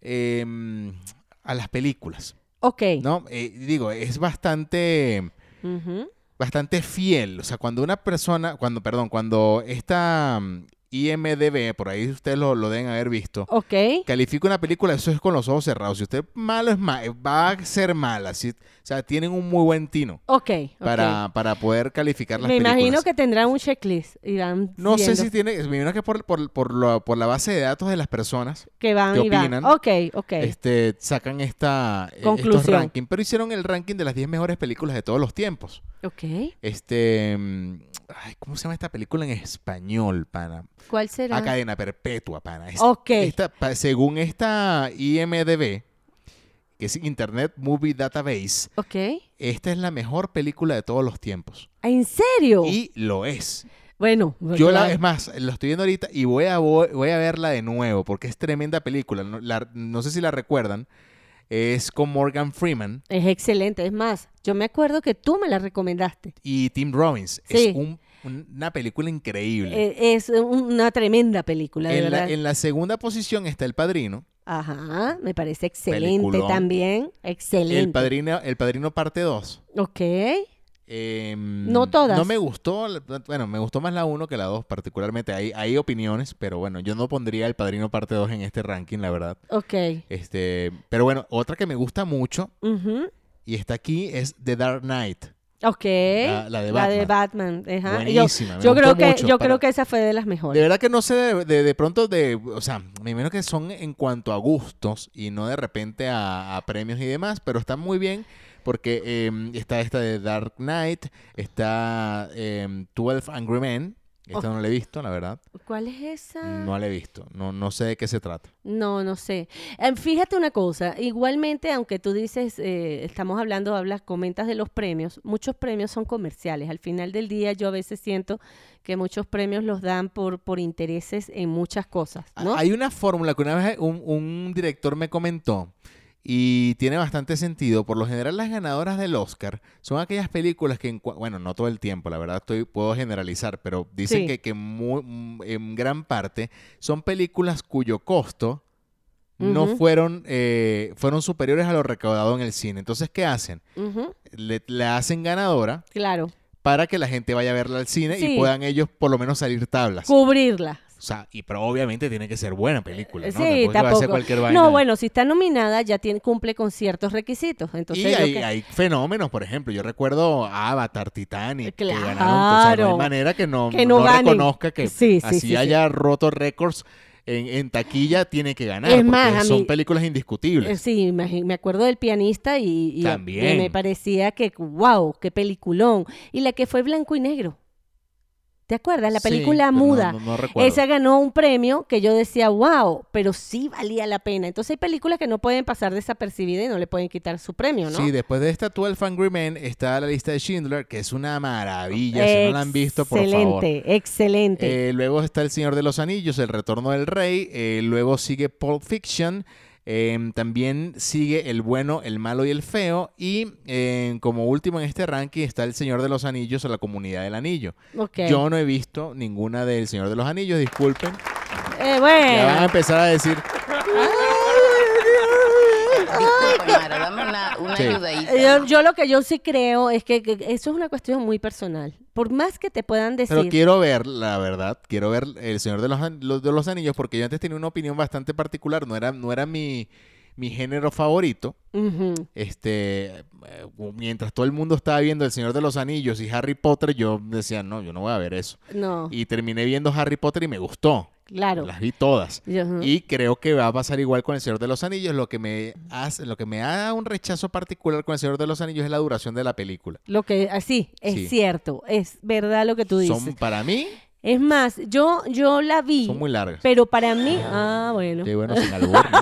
[SPEAKER 1] em, a las películas.
[SPEAKER 2] Ok.
[SPEAKER 1] ¿No? Eh, digo, es bastante.
[SPEAKER 2] Ujú.
[SPEAKER 1] bastante fiel. O sea, cuando una persona, cuando, perdón, cuando esta mm, IMDB, por ahí ustedes lo, lo deben haber visto,
[SPEAKER 2] Ok.
[SPEAKER 1] califica una película, eso es con los ojos cerrados. Si usted malo es malo, va a ser mala. Si- o sea, tienen un muy buen tino
[SPEAKER 2] Ok. ok.
[SPEAKER 1] para, para poder calificar las
[SPEAKER 2] Me
[SPEAKER 1] películas.
[SPEAKER 2] imagino que tendrán un checklist y van
[SPEAKER 1] no sé
[SPEAKER 2] viendo
[SPEAKER 1] si tiene, me imagino que por, por, por la, por la base de datos de las personas
[SPEAKER 2] que van
[SPEAKER 1] ¿qué
[SPEAKER 2] y van.
[SPEAKER 1] opinan?
[SPEAKER 2] Ok, ok.
[SPEAKER 1] este, sacan esta, eh, estos
[SPEAKER 2] Conclusión.
[SPEAKER 1] rankings. Pero hicieron el ranking de las 10 mejores películas de todos los tiempos.
[SPEAKER 2] Ok.
[SPEAKER 1] Este. mm, ay, ¿Cómo se llama esta película en español, pana?
[SPEAKER 2] ¿Cuál será?
[SPEAKER 1] A cadena perpetua, pana. Es-
[SPEAKER 2] Ok.
[SPEAKER 1] esta- pa- según esta IMDB, que es Internet Movie Database,
[SPEAKER 2] Ok.
[SPEAKER 1] esta es la mejor película de todos los tiempos.
[SPEAKER 2] ¿En serio?
[SPEAKER 1] Y lo es.
[SPEAKER 2] Bueno.
[SPEAKER 1] Yo la,
[SPEAKER 2] claro.
[SPEAKER 1] es más, lo estoy viendo ahorita y voy a, vo- voy a verla de nuevo porque es tremenda película. No, la- no sé si la recuerdan. Es con Morgan Freeman
[SPEAKER 2] Es excelente. Es más, yo me acuerdo que tú me la recomendaste.
[SPEAKER 1] y Tim Robbins.
[SPEAKER 2] Sí.
[SPEAKER 1] Es un- un- una película increíble.
[SPEAKER 2] Eh, es una tremenda película, de
[SPEAKER 1] en,
[SPEAKER 2] verdad.
[SPEAKER 1] la, en la segunda posición está El Padrino.
[SPEAKER 2] Ajá, me parece excelente
[SPEAKER 1] Peliculón.
[SPEAKER 2] también. Excelente.
[SPEAKER 1] El Padrino, El Padrino parte 2.
[SPEAKER 2] Ok.
[SPEAKER 1] no
[SPEAKER 2] todas.
[SPEAKER 1] No me gustó, la- bueno, me gustó más la 1 que la 2 particularmente. Hay, hay opiniones, pero bueno, yo no pondría El Padrino parte 2 en este ranking, la verdad.
[SPEAKER 2] Ok.
[SPEAKER 1] Este, pero bueno, otra que me gusta mucho
[SPEAKER 2] Ujú.
[SPEAKER 1] y está aquí es The Dark Knight.
[SPEAKER 2] Ok.
[SPEAKER 1] La- la de
[SPEAKER 2] Batman. Ajá. Yo-
[SPEAKER 1] Buenísima, me
[SPEAKER 2] Yo,
[SPEAKER 1] gustó
[SPEAKER 2] creo que,
[SPEAKER 1] mucho
[SPEAKER 2] yo
[SPEAKER 1] para-
[SPEAKER 2] creo que esa fue de las
[SPEAKER 1] De
[SPEAKER 2] mejores.
[SPEAKER 1] verdad que no sé de, de- de pronto de, o sea, me imagino que son en cuanto a gustos y no de repente a, a premios y demás, pero está muy bien porque eh, está esta de Dark Knight, está eh, 12 Angry Men, esta no la he visto, la verdad,
[SPEAKER 2] ¿Cuál es esa?
[SPEAKER 1] no la he visto, no, no sé de qué se trata.
[SPEAKER 2] No, no sé. Eh, Fíjate una cosa, igualmente, aunque tú dices, eh, estamos hablando, hablas, comentas de los premios, muchos premios son comerciales. Al final del día yo a veces siento que muchos premios los dan por, por intereses en muchas cosas, ¿no?
[SPEAKER 1] Ah, Hay una fórmula que una vez un, un director me comentó y tiene bastante sentido. Por lo general, las ganadoras del Oscar son aquellas películas que, en cua- bueno, no todo el tiempo, la verdad, estoy, puedo generalizar, pero dicen
[SPEAKER 2] Sí.
[SPEAKER 1] que, que mu- mm, en gran parte son películas cuyo costo no
[SPEAKER 2] Ujú.
[SPEAKER 1] fueron, eh, fueron superiores a lo recaudado en el cine. Entonces, ¿qué hacen?
[SPEAKER 2] Ujú,
[SPEAKER 1] Le, la hacen ganadora
[SPEAKER 2] Claro,
[SPEAKER 1] para que la gente vaya a verla al cine
[SPEAKER 2] Sí.
[SPEAKER 1] y puedan ellos por lo menos salir tablas.
[SPEAKER 2] cubrirla.
[SPEAKER 1] O sea, y pero obviamente tiene que ser buena película, ¿no?
[SPEAKER 2] Eh, Sí,
[SPEAKER 1] Tampoco es que va a ser
[SPEAKER 2] tampoco.
[SPEAKER 1] cualquier vaina.
[SPEAKER 2] No, bueno, si está nominada ya tiene, cumple con ciertos requisitos. Entonces,
[SPEAKER 1] y
[SPEAKER 2] yo
[SPEAKER 1] hay,
[SPEAKER 2] que-
[SPEAKER 1] hay fenómenos, por ejemplo, yo recuerdo Avatar, Titanic, que
[SPEAKER 2] Claro.
[SPEAKER 1] ganaron, o sea, no hay manera que no,
[SPEAKER 2] Que no
[SPEAKER 1] no
[SPEAKER 2] ganen.
[SPEAKER 1] reconozca que
[SPEAKER 2] Sí, sí,
[SPEAKER 1] así
[SPEAKER 2] sí, sí.
[SPEAKER 1] haya roto récords en, en taquilla, tiene que ganar,
[SPEAKER 2] Es
[SPEAKER 1] porque
[SPEAKER 2] más, a
[SPEAKER 1] son
[SPEAKER 2] mí-
[SPEAKER 1] películas indiscutibles.
[SPEAKER 2] Eh, Sí, imagi- me acuerdo del pianista y, y-
[SPEAKER 1] También.
[SPEAKER 2] y me parecía que, wow, qué peliculón. Y la que fue blanco y negro. ¿Te acuerdas? La
[SPEAKER 1] Sí,
[SPEAKER 2] película
[SPEAKER 1] pero no-
[SPEAKER 2] muda.
[SPEAKER 1] no- no recuerdo.
[SPEAKER 2] Esa ganó un premio que yo decía, wow, pero sí valía la pena. Entonces hay películas que no pueden pasar desapercibidas y no le pueden quitar su premio, ¿no?
[SPEAKER 1] Sí, después de esta 12 Angry Men está la lista de Schindler, que es una maravilla. Si no la han visto, por favor.
[SPEAKER 2] Excelente, excelente.
[SPEAKER 1] Eh, luego está El Señor de los Anillos, El Retorno del Rey. eh, luego sigue Pulp Fiction. eh, también sigue El Bueno, El Malo y El Feo. Y eh, como último en este ranking está El Señor de los Anillos o La Comunidad del Anillo.
[SPEAKER 2] Ok.
[SPEAKER 1] Yo no he visto ninguna de El Señor de los Anillos, disculpen.
[SPEAKER 2] Eh,
[SPEAKER 1] Ya van a
[SPEAKER 2] bueno,
[SPEAKER 1] empezar a decir,
[SPEAKER 3] Disculpa, Mara, dame una, una
[SPEAKER 1] Sí.
[SPEAKER 3] ayudadita.
[SPEAKER 2] yo, yo lo que yo sí creo es que, que eso es una cuestión muy personal. Por más que te puedan decir...
[SPEAKER 1] Pero quiero ver, la verdad, quiero ver El Señor de los, An- los- de los Anillos porque yo antes tenía una opinión bastante particular, no era, no era mi, mi género favorito.
[SPEAKER 2] Ujú.
[SPEAKER 1] Este, eh, mientras todo el mundo estaba viendo El Señor de los Anillos y Harry Potter, yo decía, no, yo no voy a ver eso.
[SPEAKER 2] No,
[SPEAKER 1] Y terminé viendo Harry Potter y me gustó.
[SPEAKER 2] Oh. claro.
[SPEAKER 1] Las vi todas.
[SPEAKER 2] Y- ajá.
[SPEAKER 1] Y creo que va a pasar igual con El Señor de los Anillos. Lo que me hace, lo que me da un rechazo particular con El Señor de los Anillos es la duración de la película.
[SPEAKER 2] Lo que así es
[SPEAKER 1] Sí.
[SPEAKER 2] cierto, es verdad lo que tú dices.
[SPEAKER 1] Son para mí,
[SPEAKER 2] Es más, yo yo la vi,
[SPEAKER 1] son muy largas.
[SPEAKER 2] pero para mí, ah, bueno,
[SPEAKER 1] Qué bueno, sin albur, ¿no?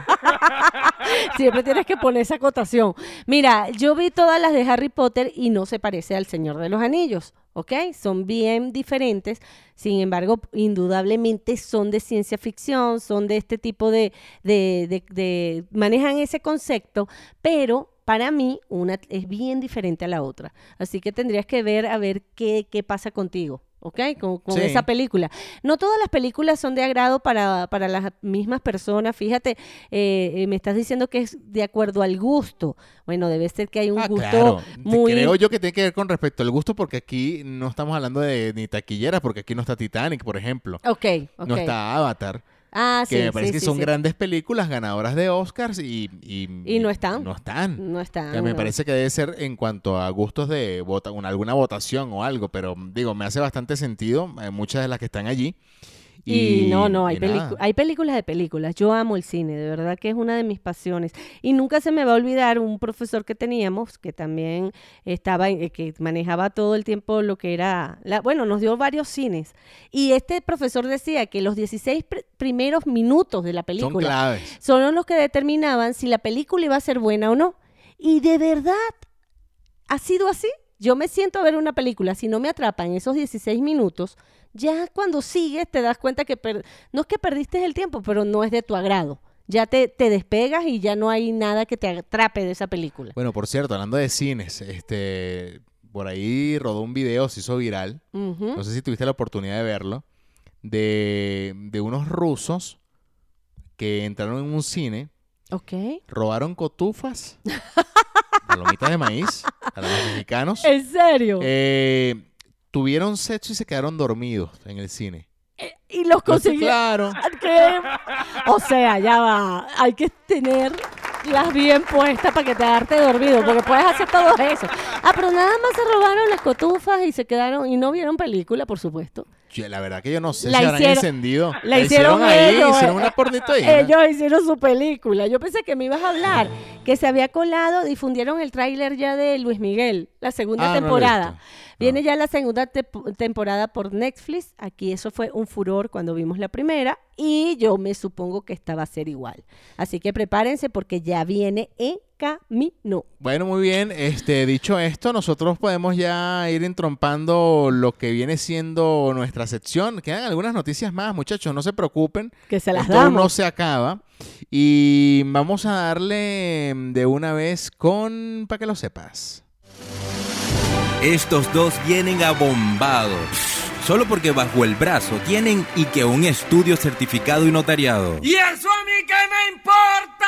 [SPEAKER 2] siempre tienes que poner esa acotación. Mira, yo vi todas las de Harry Potter y no se parece al Señor de los Anillos, ¿ok? Son bien diferentes, sin embargo, indudablemente son de ciencia ficción, son de este tipo de, de, de- de- manejan ese concepto, pero para mí una es bien diferente a la otra. Así que tendrías que ver a ver qué, qué pasa contigo. ¿Ok? Con, con
[SPEAKER 1] Sí.
[SPEAKER 2] esa película. No todas las películas son de agrado para, para las mismas personas. Fíjate, eh, eh, me estás diciendo que es de acuerdo al gusto. Bueno, debe ser que hay un
[SPEAKER 1] Ah,
[SPEAKER 2] gusto
[SPEAKER 1] claro.
[SPEAKER 2] muy...
[SPEAKER 1] Creo yo que tiene que ver con respecto al gusto, porque aquí no estamos hablando de ni taquilleras, porque aquí no está Titanic, por ejemplo.
[SPEAKER 2] Ok, ok.
[SPEAKER 1] No está Avatar,
[SPEAKER 2] Ah,
[SPEAKER 1] que
[SPEAKER 2] sí,
[SPEAKER 1] me parece
[SPEAKER 2] sí,
[SPEAKER 1] que
[SPEAKER 2] sí,
[SPEAKER 1] son
[SPEAKER 2] sí.
[SPEAKER 1] grandes películas ganadoras de Oscars y... Y,
[SPEAKER 2] Y no están.
[SPEAKER 1] No están.
[SPEAKER 2] No
[SPEAKER 1] O
[SPEAKER 2] está.
[SPEAKER 1] sea, me
[SPEAKER 2] no.
[SPEAKER 1] parece que debe ser en cuanto a gustos de vota, una- alguna votación o algo, pero digo, me hace bastante sentido eh, muchas de las que están allí.
[SPEAKER 2] Y, no, no, hay,
[SPEAKER 1] y nada.
[SPEAKER 2] pelicu- hay películas de películas. Yo amo el cine, de verdad que es una de mis pasiones. Y nunca se me va a olvidar un profesor que teníamos, que también estaba, en- eh, que manejaba todo el tiempo lo que era, la, bueno, nos dio varios cines. Y este profesor decía que los 16 pr- primeros minutos de la película
[SPEAKER 1] Son claves.
[SPEAKER 2] son los que determinaban si la película iba a ser buena o no. Y de verdad, ha sido así. Yo me siento a ver una película, si no me atrapa en esos 16 minutos, ya cuando sigues te das cuenta que per- no es que perdiste el tiempo, pero no es de tu agrado. Ya te, te despegas y ya no hay nada que te atrape de esa película.
[SPEAKER 1] Bueno, por cierto, hablando de cines, este, por ahí rodó un video, se hizo viral.
[SPEAKER 2] Ujú.
[SPEAKER 1] no sé si tuviste la oportunidad de verlo, de, de unos rusos que entraron en un cine,
[SPEAKER 2] Ok.
[SPEAKER 1] robaron cotufas, palomitas de maíz para los mexicanos,
[SPEAKER 2] ¿En serio?
[SPEAKER 1] eh, tuvieron sexo y se quedaron dormidos en el cine.
[SPEAKER 2] y los
[SPEAKER 1] No sé,
[SPEAKER 2] conseguí.
[SPEAKER 1] claro.
[SPEAKER 2] ¿Qué? O sea, ya va. Hay que tener las bien puestas para que te darte dormido, porque puedes hacer todo eso. Ah, pero nada más se robaron las cotufas y se quedaron y no vieron película, por supuesto.
[SPEAKER 1] Yo- la verdad que yo no sé
[SPEAKER 2] La
[SPEAKER 1] si habrán
[SPEAKER 2] hicieron-
[SPEAKER 1] encendido.
[SPEAKER 2] la hicieron
[SPEAKER 1] ahí,
[SPEAKER 2] ellos,
[SPEAKER 1] hicieron
[SPEAKER 2] eh,
[SPEAKER 1] una pornita ahí. ¿no?
[SPEAKER 2] Ellos hicieron su película. Yo pensé que me ibas a hablar que se había colado, difundieron el tráiler ya de Luis Miguel, la segunda
[SPEAKER 1] Ah, no lo he
[SPEAKER 2] temporada.
[SPEAKER 1] visto. Ah.
[SPEAKER 2] Viene ya la segunda te- temporada por Netflix. Aquí eso fue un furor cuando vimos la primera y yo me supongo que esta va a ser igual. Así que prepárense porque ya viene en camino.
[SPEAKER 1] Bueno, muy bien. Este, dicho esto, nosotros podemos ya ir entrompando lo que viene siendo nuestra sección. Quedan algunas noticias más, muchachos, no se preocupen.
[SPEAKER 2] Que se las
[SPEAKER 1] Esto aún no
[SPEAKER 2] damos.
[SPEAKER 1] se acaba. Y vamos a darle mm, de una vez con, para que lo sepas.
[SPEAKER 6] Estos dos vienen abombados. Solo porque bajo el brazo tienen y que un estudio certificado y notariado.
[SPEAKER 5] ¿Y eso a mí qué me importa?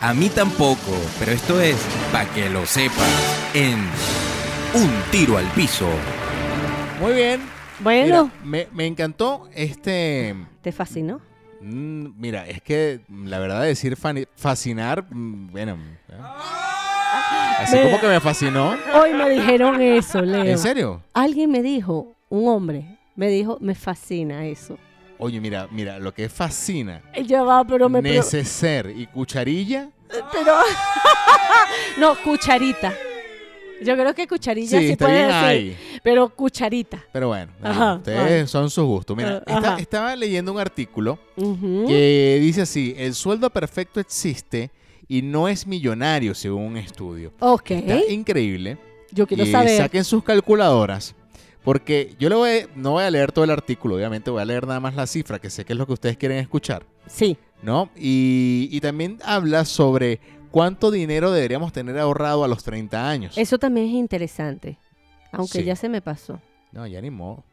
[SPEAKER 6] A mí tampoco, pero esto es para que lo sepas en Un tiro al piso.
[SPEAKER 1] Muy bien.
[SPEAKER 2] Bueno,
[SPEAKER 1] Mira, me, me encantó este.
[SPEAKER 2] te fascinó.
[SPEAKER 1] mm, Mira, es que mm, la verdad decir fani- fascinar, mm, bueno. ¿eh?
[SPEAKER 2] Ah.
[SPEAKER 1] Así
[SPEAKER 2] Mira.
[SPEAKER 1] como que me fascinó.
[SPEAKER 2] Hoy me dijeron eso, Leo.
[SPEAKER 1] ¿En serio?
[SPEAKER 2] Alguien me dijo, un hombre, me dijo, me fascina eso.
[SPEAKER 1] Oye, mira, mira, lo que es fascina,
[SPEAKER 2] Y Ya va, pero me... pero-
[SPEAKER 1] neceser y cucharilla.
[SPEAKER 2] pero- no, cucharita. Yo creo que cucharilla
[SPEAKER 1] Sí,
[SPEAKER 2] sí,
[SPEAKER 1] está
[SPEAKER 2] puede
[SPEAKER 1] bien
[SPEAKER 2] decir,
[SPEAKER 1] ahí.
[SPEAKER 2] pero cucharita.
[SPEAKER 1] Pero bueno, nada,
[SPEAKER 2] Ajá,
[SPEAKER 1] ustedes
[SPEAKER 2] vale.
[SPEAKER 1] son sus gustos. Mira,
[SPEAKER 2] Eh,
[SPEAKER 1] esta-
[SPEAKER 2] ajá. ¿Mm?
[SPEAKER 1] estaba leyendo un artículo
[SPEAKER 2] Ujú.
[SPEAKER 1] que dice así, el sueldo perfecto existe y no es millonario según un estudio.
[SPEAKER 2] Ok,
[SPEAKER 1] Está increíble.
[SPEAKER 2] yo quiero
[SPEAKER 1] Y
[SPEAKER 2] saber.
[SPEAKER 1] saquen sus calculadoras. Porque yo le voy- no voy a leer todo el artículo, obviamente voy a leer nada más la cifra, que sé que es lo que ustedes quieren escuchar.
[SPEAKER 2] Sí,
[SPEAKER 1] ¿no? Y, y también habla sobre cuánto dinero deberíamos tener ahorrado a los 30 años.
[SPEAKER 2] eso también es interesante, aunque
[SPEAKER 1] Sí.
[SPEAKER 2] ya se me pasó.
[SPEAKER 1] No, ya ni modo.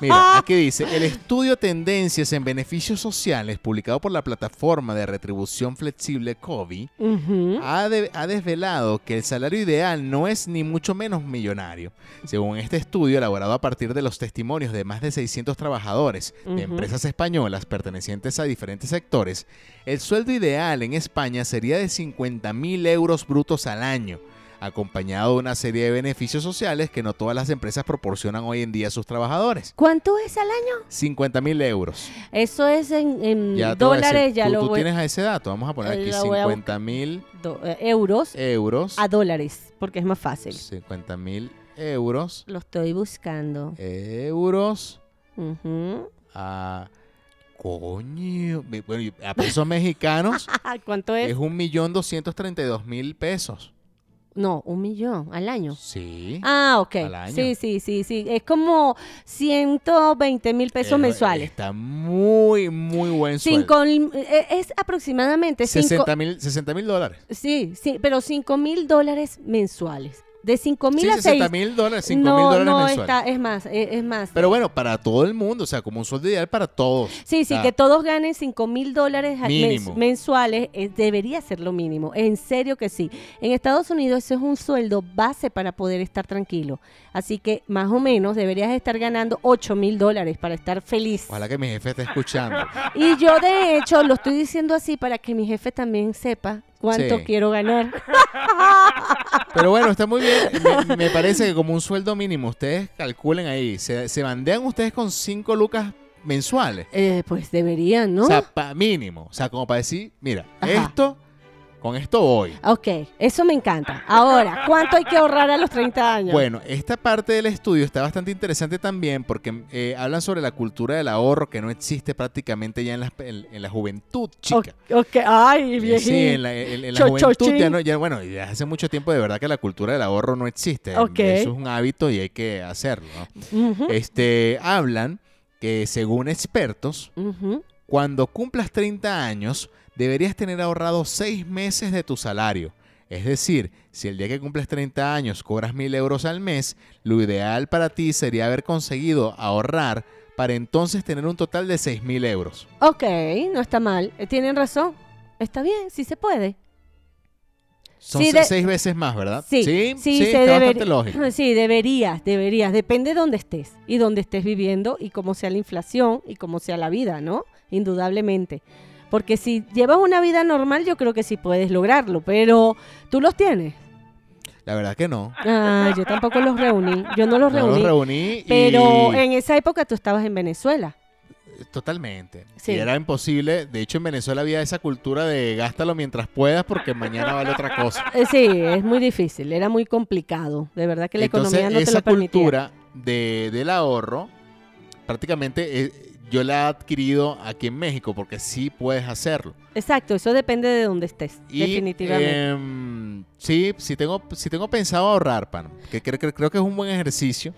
[SPEAKER 1] Mira, aquí dice, el estudio Tendencias en Beneficios Sociales, publicado por la plataforma de retribución flexible COBI,
[SPEAKER 2] Ujú.
[SPEAKER 1] ha, de- ha desvelado que el salario ideal no es ni mucho menos millonario. Según este estudio elaborado a partir de los testimonios de más de 600 trabajadores de
[SPEAKER 2] Ujú.
[SPEAKER 1] empresas españolas pertenecientes a diferentes sectores, el sueldo ideal en España sería de 50 mil euros brutos al año acompañado de una serie de beneficios sociales que no todas las empresas proporcionan hoy en día a sus trabajadores.
[SPEAKER 2] ¿Cuánto es al año?
[SPEAKER 1] 50 mil euros.
[SPEAKER 2] Eso es en, en
[SPEAKER 1] Ya te voy a decir,
[SPEAKER 2] dólares, ya
[SPEAKER 1] tú,
[SPEAKER 2] lo
[SPEAKER 1] tú
[SPEAKER 2] voy-
[SPEAKER 1] tienes a ese dato. Vamos a poner aquí
[SPEAKER 2] Lo voy a buscar.
[SPEAKER 1] 50 mil
[SPEAKER 2] do- eh, euros
[SPEAKER 1] euros.
[SPEAKER 2] a dólares, porque es más fácil.
[SPEAKER 1] 50 mil euros.
[SPEAKER 2] Lo estoy buscando.
[SPEAKER 1] Euros
[SPEAKER 2] Ujú.
[SPEAKER 1] a. Coño. me- Bueno, y a pesos mexicanos
[SPEAKER 2] Ah, ¿Cuánto es?
[SPEAKER 1] es un millón doscientos treinta y dos mil pesos.
[SPEAKER 2] No, un millón al año.
[SPEAKER 1] Sí.
[SPEAKER 2] Ah, ok.
[SPEAKER 1] Al año.
[SPEAKER 2] Sí, sí, sí, sí. Es como 120 mil pesos
[SPEAKER 1] Es-
[SPEAKER 2] mensuales.
[SPEAKER 1] Eh, Está muy, muy buen sueldo.
[SPEAKER 2] Cinco, eh, es aproximadamente 5
[SPEAKER 1] 60 mil 60 mil dólares.
[SPEAKER 2] Sí, sí, pero 5 mil dólares mensuales. De 5 mil
[SPEAKER 1] Sí,
[SPEAKER 2] a 6
[SPEAKER 1] 60 mil dólares, 5
[SPEAKER 2] no,
[SPEAKER 1] mil dólares
[SPEAKER 2] no
[SPEAKER 1] mensuales.
[SPEAKER 2] está, es más, e, es, es más.
[SPEAKER 1] Pero bueno, para todo el mundo, o sea, como un sueldo ideal para todos.
[SPEAKER 2] sí, sí,
[SPEAKER 1] Ah.
[SPEAKER 2] que todos ganen 5 mil dólares al mes-
[SPEAKER 1] Mínimo.
[SPEAKER 2] mensuales eh, debería ser lo mínimo. En serio que sí. En Estados Unidos eso es un sueldo base para poder estar tranquilo. Así que más o menos deberías estar ganando 8 mil dólares para estar feliz.
[SPEAKER 1] Ojalá que mi jefe esté escuchando.
[SPEAKER 2] Y yo de hecho lo estoy diciendo así para que mi jefe también sepa cuánto
[SPEAKER 1] Sí.
[SPEAKER 2] quiero ganar.
[SPEAKER 1] Pero bueno, está muy bien. Me, me parece que como un sueldo mínimo, ustedes calculen ahí. Se, se bandean ustedes con 5 lucas mensuales.
[SPEAKER 2] Eh, pues deberían, ¿no?
[SPEAKER 1] O sea, pa- mínimo. O sea, como para decir, mira,
[SPEAKER 2] Ajá. Ah,
[SPEAKER 1] esto, con esto voy.
[SPEAKER 2] Ok, eso me encanta. Ahora, ¿cuánto hay que ahorrar a los 30 años?
[SPEAKER 1] Bueno, esta parte del estudio está bastante interesante también porque eh, hablan sobre la cultura del ahorro que no existe prácticamente ya en la, en, en la juventud, chica.
[SPEAKER 2] O- ok, ay,
[SPEAKER 1] Eh,
[SPEAKER 2] viejito.
[SPEAKER 1] Sí, en la, en- en la
[SPEAKER 2] Cho-
[SPEAKER 1] juventud ya,
[SPEAKER 2] chochín.
[SPEAKER 1] no- ya, bueno, ya hace mucho tiempo de verdad que la cultura del ahorro no existe.
[SPEAKER 2] Ok.
[SPEAKER 1] Eso es un hábito y hay que hacerlo. ¿no?
[SPEAKER 2] Ujú,
[SPEAKER 1] Este, hablan que según expertos,
[SPEAKER 2] ujú.
[SPEAKER 1] cuando cumplas 30 años, deberías tener ahorrado 6 meses de tu salario. Es decir, si el día que cumples 30 años cobras 1000 euros al mes, lo ideal para ti sería haber conseguido ahorrar para entonces tener un total de 6000 euros.
[SPEAKER 2] Ok, no está mal. Eh, Tienen razón. Está bien, sí se puede.
[SPEAKER 1] Son
[SPEAKER 2] Sí,
[SPEAKER 1] se-
[SPEAKER 2] de-
[SPEAKER 1] seis veces más, ¿verdad?
[SPEAKER 2] Sí,
[SPEAKER 1] Ah, sí,
[SPEAKER 2] sí,
[SPEAKER 1] sí,
[SPEAKER 2] se
[SPEAKER 1] está
[SPEAKER 2] debería-
[SPEAKER 1] bastante lógico.
[SPEAKER 2] Sí, deberías, deberías. Depende de dónde estés y dónde estés viviendo y cómo sea la inflación y cómo sea la vida, ¿no? Indudablemente. Porque si llevas una vida normal, yo creo que sí puedes lograrlo, pero tú los tienes.
[SPEAKER 1] La verdad que no.
[SPEAKER 2] Ah, yo tampoco los reuní. Yo no los
[SPEAKER 1] No los
[SPEAKER 2] reuní.
[SPEAKER 1] reuní y-
[SPEAKER 2] Pero en esa época tú estabas en Venezuela.
[SPEAKER 1] Totalmente.
[SPEAKER 2] Sí.
[SPEAKER 1] Y era imposible. De hecho, en Venezuela había esa cultura de gástalo mientras puedas porque mañana vale otra cosa.
[SPEAKER 2] Eh, Sí, es muy difícil, era muy complicado. De verdad que la
[SPEAKER 1] Entonces,
[SPEAKER 2] economía no te
[SPEAKER 1] esa
[SPEAKER 2] lo permitía.
[SPEAKER 1] cultura de, del ahorro, prácticamente eh, yo la he adquirido aquí en México porque sí puedes hacerlo.
[SPEAKER 2] Exacto, eso depende de donde estés,
[SPEAKER 1] Y,
[SPEAKER 2] definitivamente.
[SPEAKER 1] em, sí, sí tengo, sí tengo pensado ahorrar, pan. Que creo, creo- creo que es un buen ejercicio.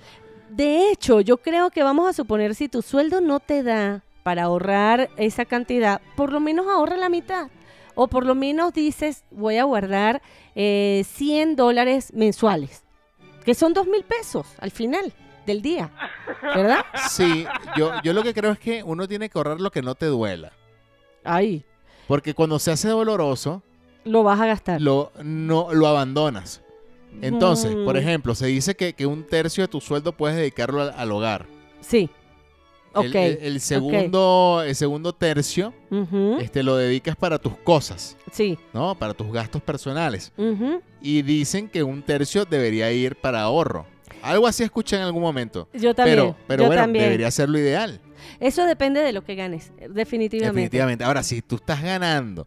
[SPEAKER 2] De hecho, yo creo que vamos a suponer si tu sueldo no te da para ahorrar esa cantidad, por lo menos ahorra la mitad. O por lo menos dices, voy a guardar eh, 100 dólares mensuales, que son 2 mil pesos al final del día, ¿verdad?
[SPEAKER 1] Sí, yo, yo lo que creo es que uno tiene que ahorrar lo que no te duela.
[SPEAKER 2] Ahí,
[SPEAKER 1] Porque cuando se hace doloroso,
[SPEAKER 2] lo vas a gastar.
[SPEAKER 1] lo, no, lo abandonas. Entonces, por
[SPEAKER 2] Mm.
[SPEAKER 1] ejemplo, se dice que, que un tercio de tu sueldo puedes dedicarlo al, al hogar.
[SPEAKER 2] Sí.
[SPEAKER 1] El-
[SPEAKER 2] Ok.
[SPEAKER 1] El, el
[SPEAKER 2] ok. ¿Mm?
[SPEAKER 1] segundo, el segundo tercio
[SPEAKER 2] Ujú,
[SPEAKER 1] este, lo dedicas para tus cosas,
[SPEAKER 2] Sí.
[SPEAKER 1] ¿no? Para tus gastos personales.
[SPEAKER 2] ujú.
[SPEAKER 1] Y dicen que un tercio debería ir para ahorro. Algo así escuché en algún momento.
[SPEAKER 2] Yo también.
[SPEAKER 1] pero pero
[SPEAKER 2] yo
[SPEAKER 1] bueno,
[SPEAKER 2] también.
[SPEAKER 1] debería ser lo ideal.
[SPEAKER 2] Eso depende de lo que ganes, definitivamente.
[SPEAKER 1] Definitivamente. Ahora, si tú estás ganando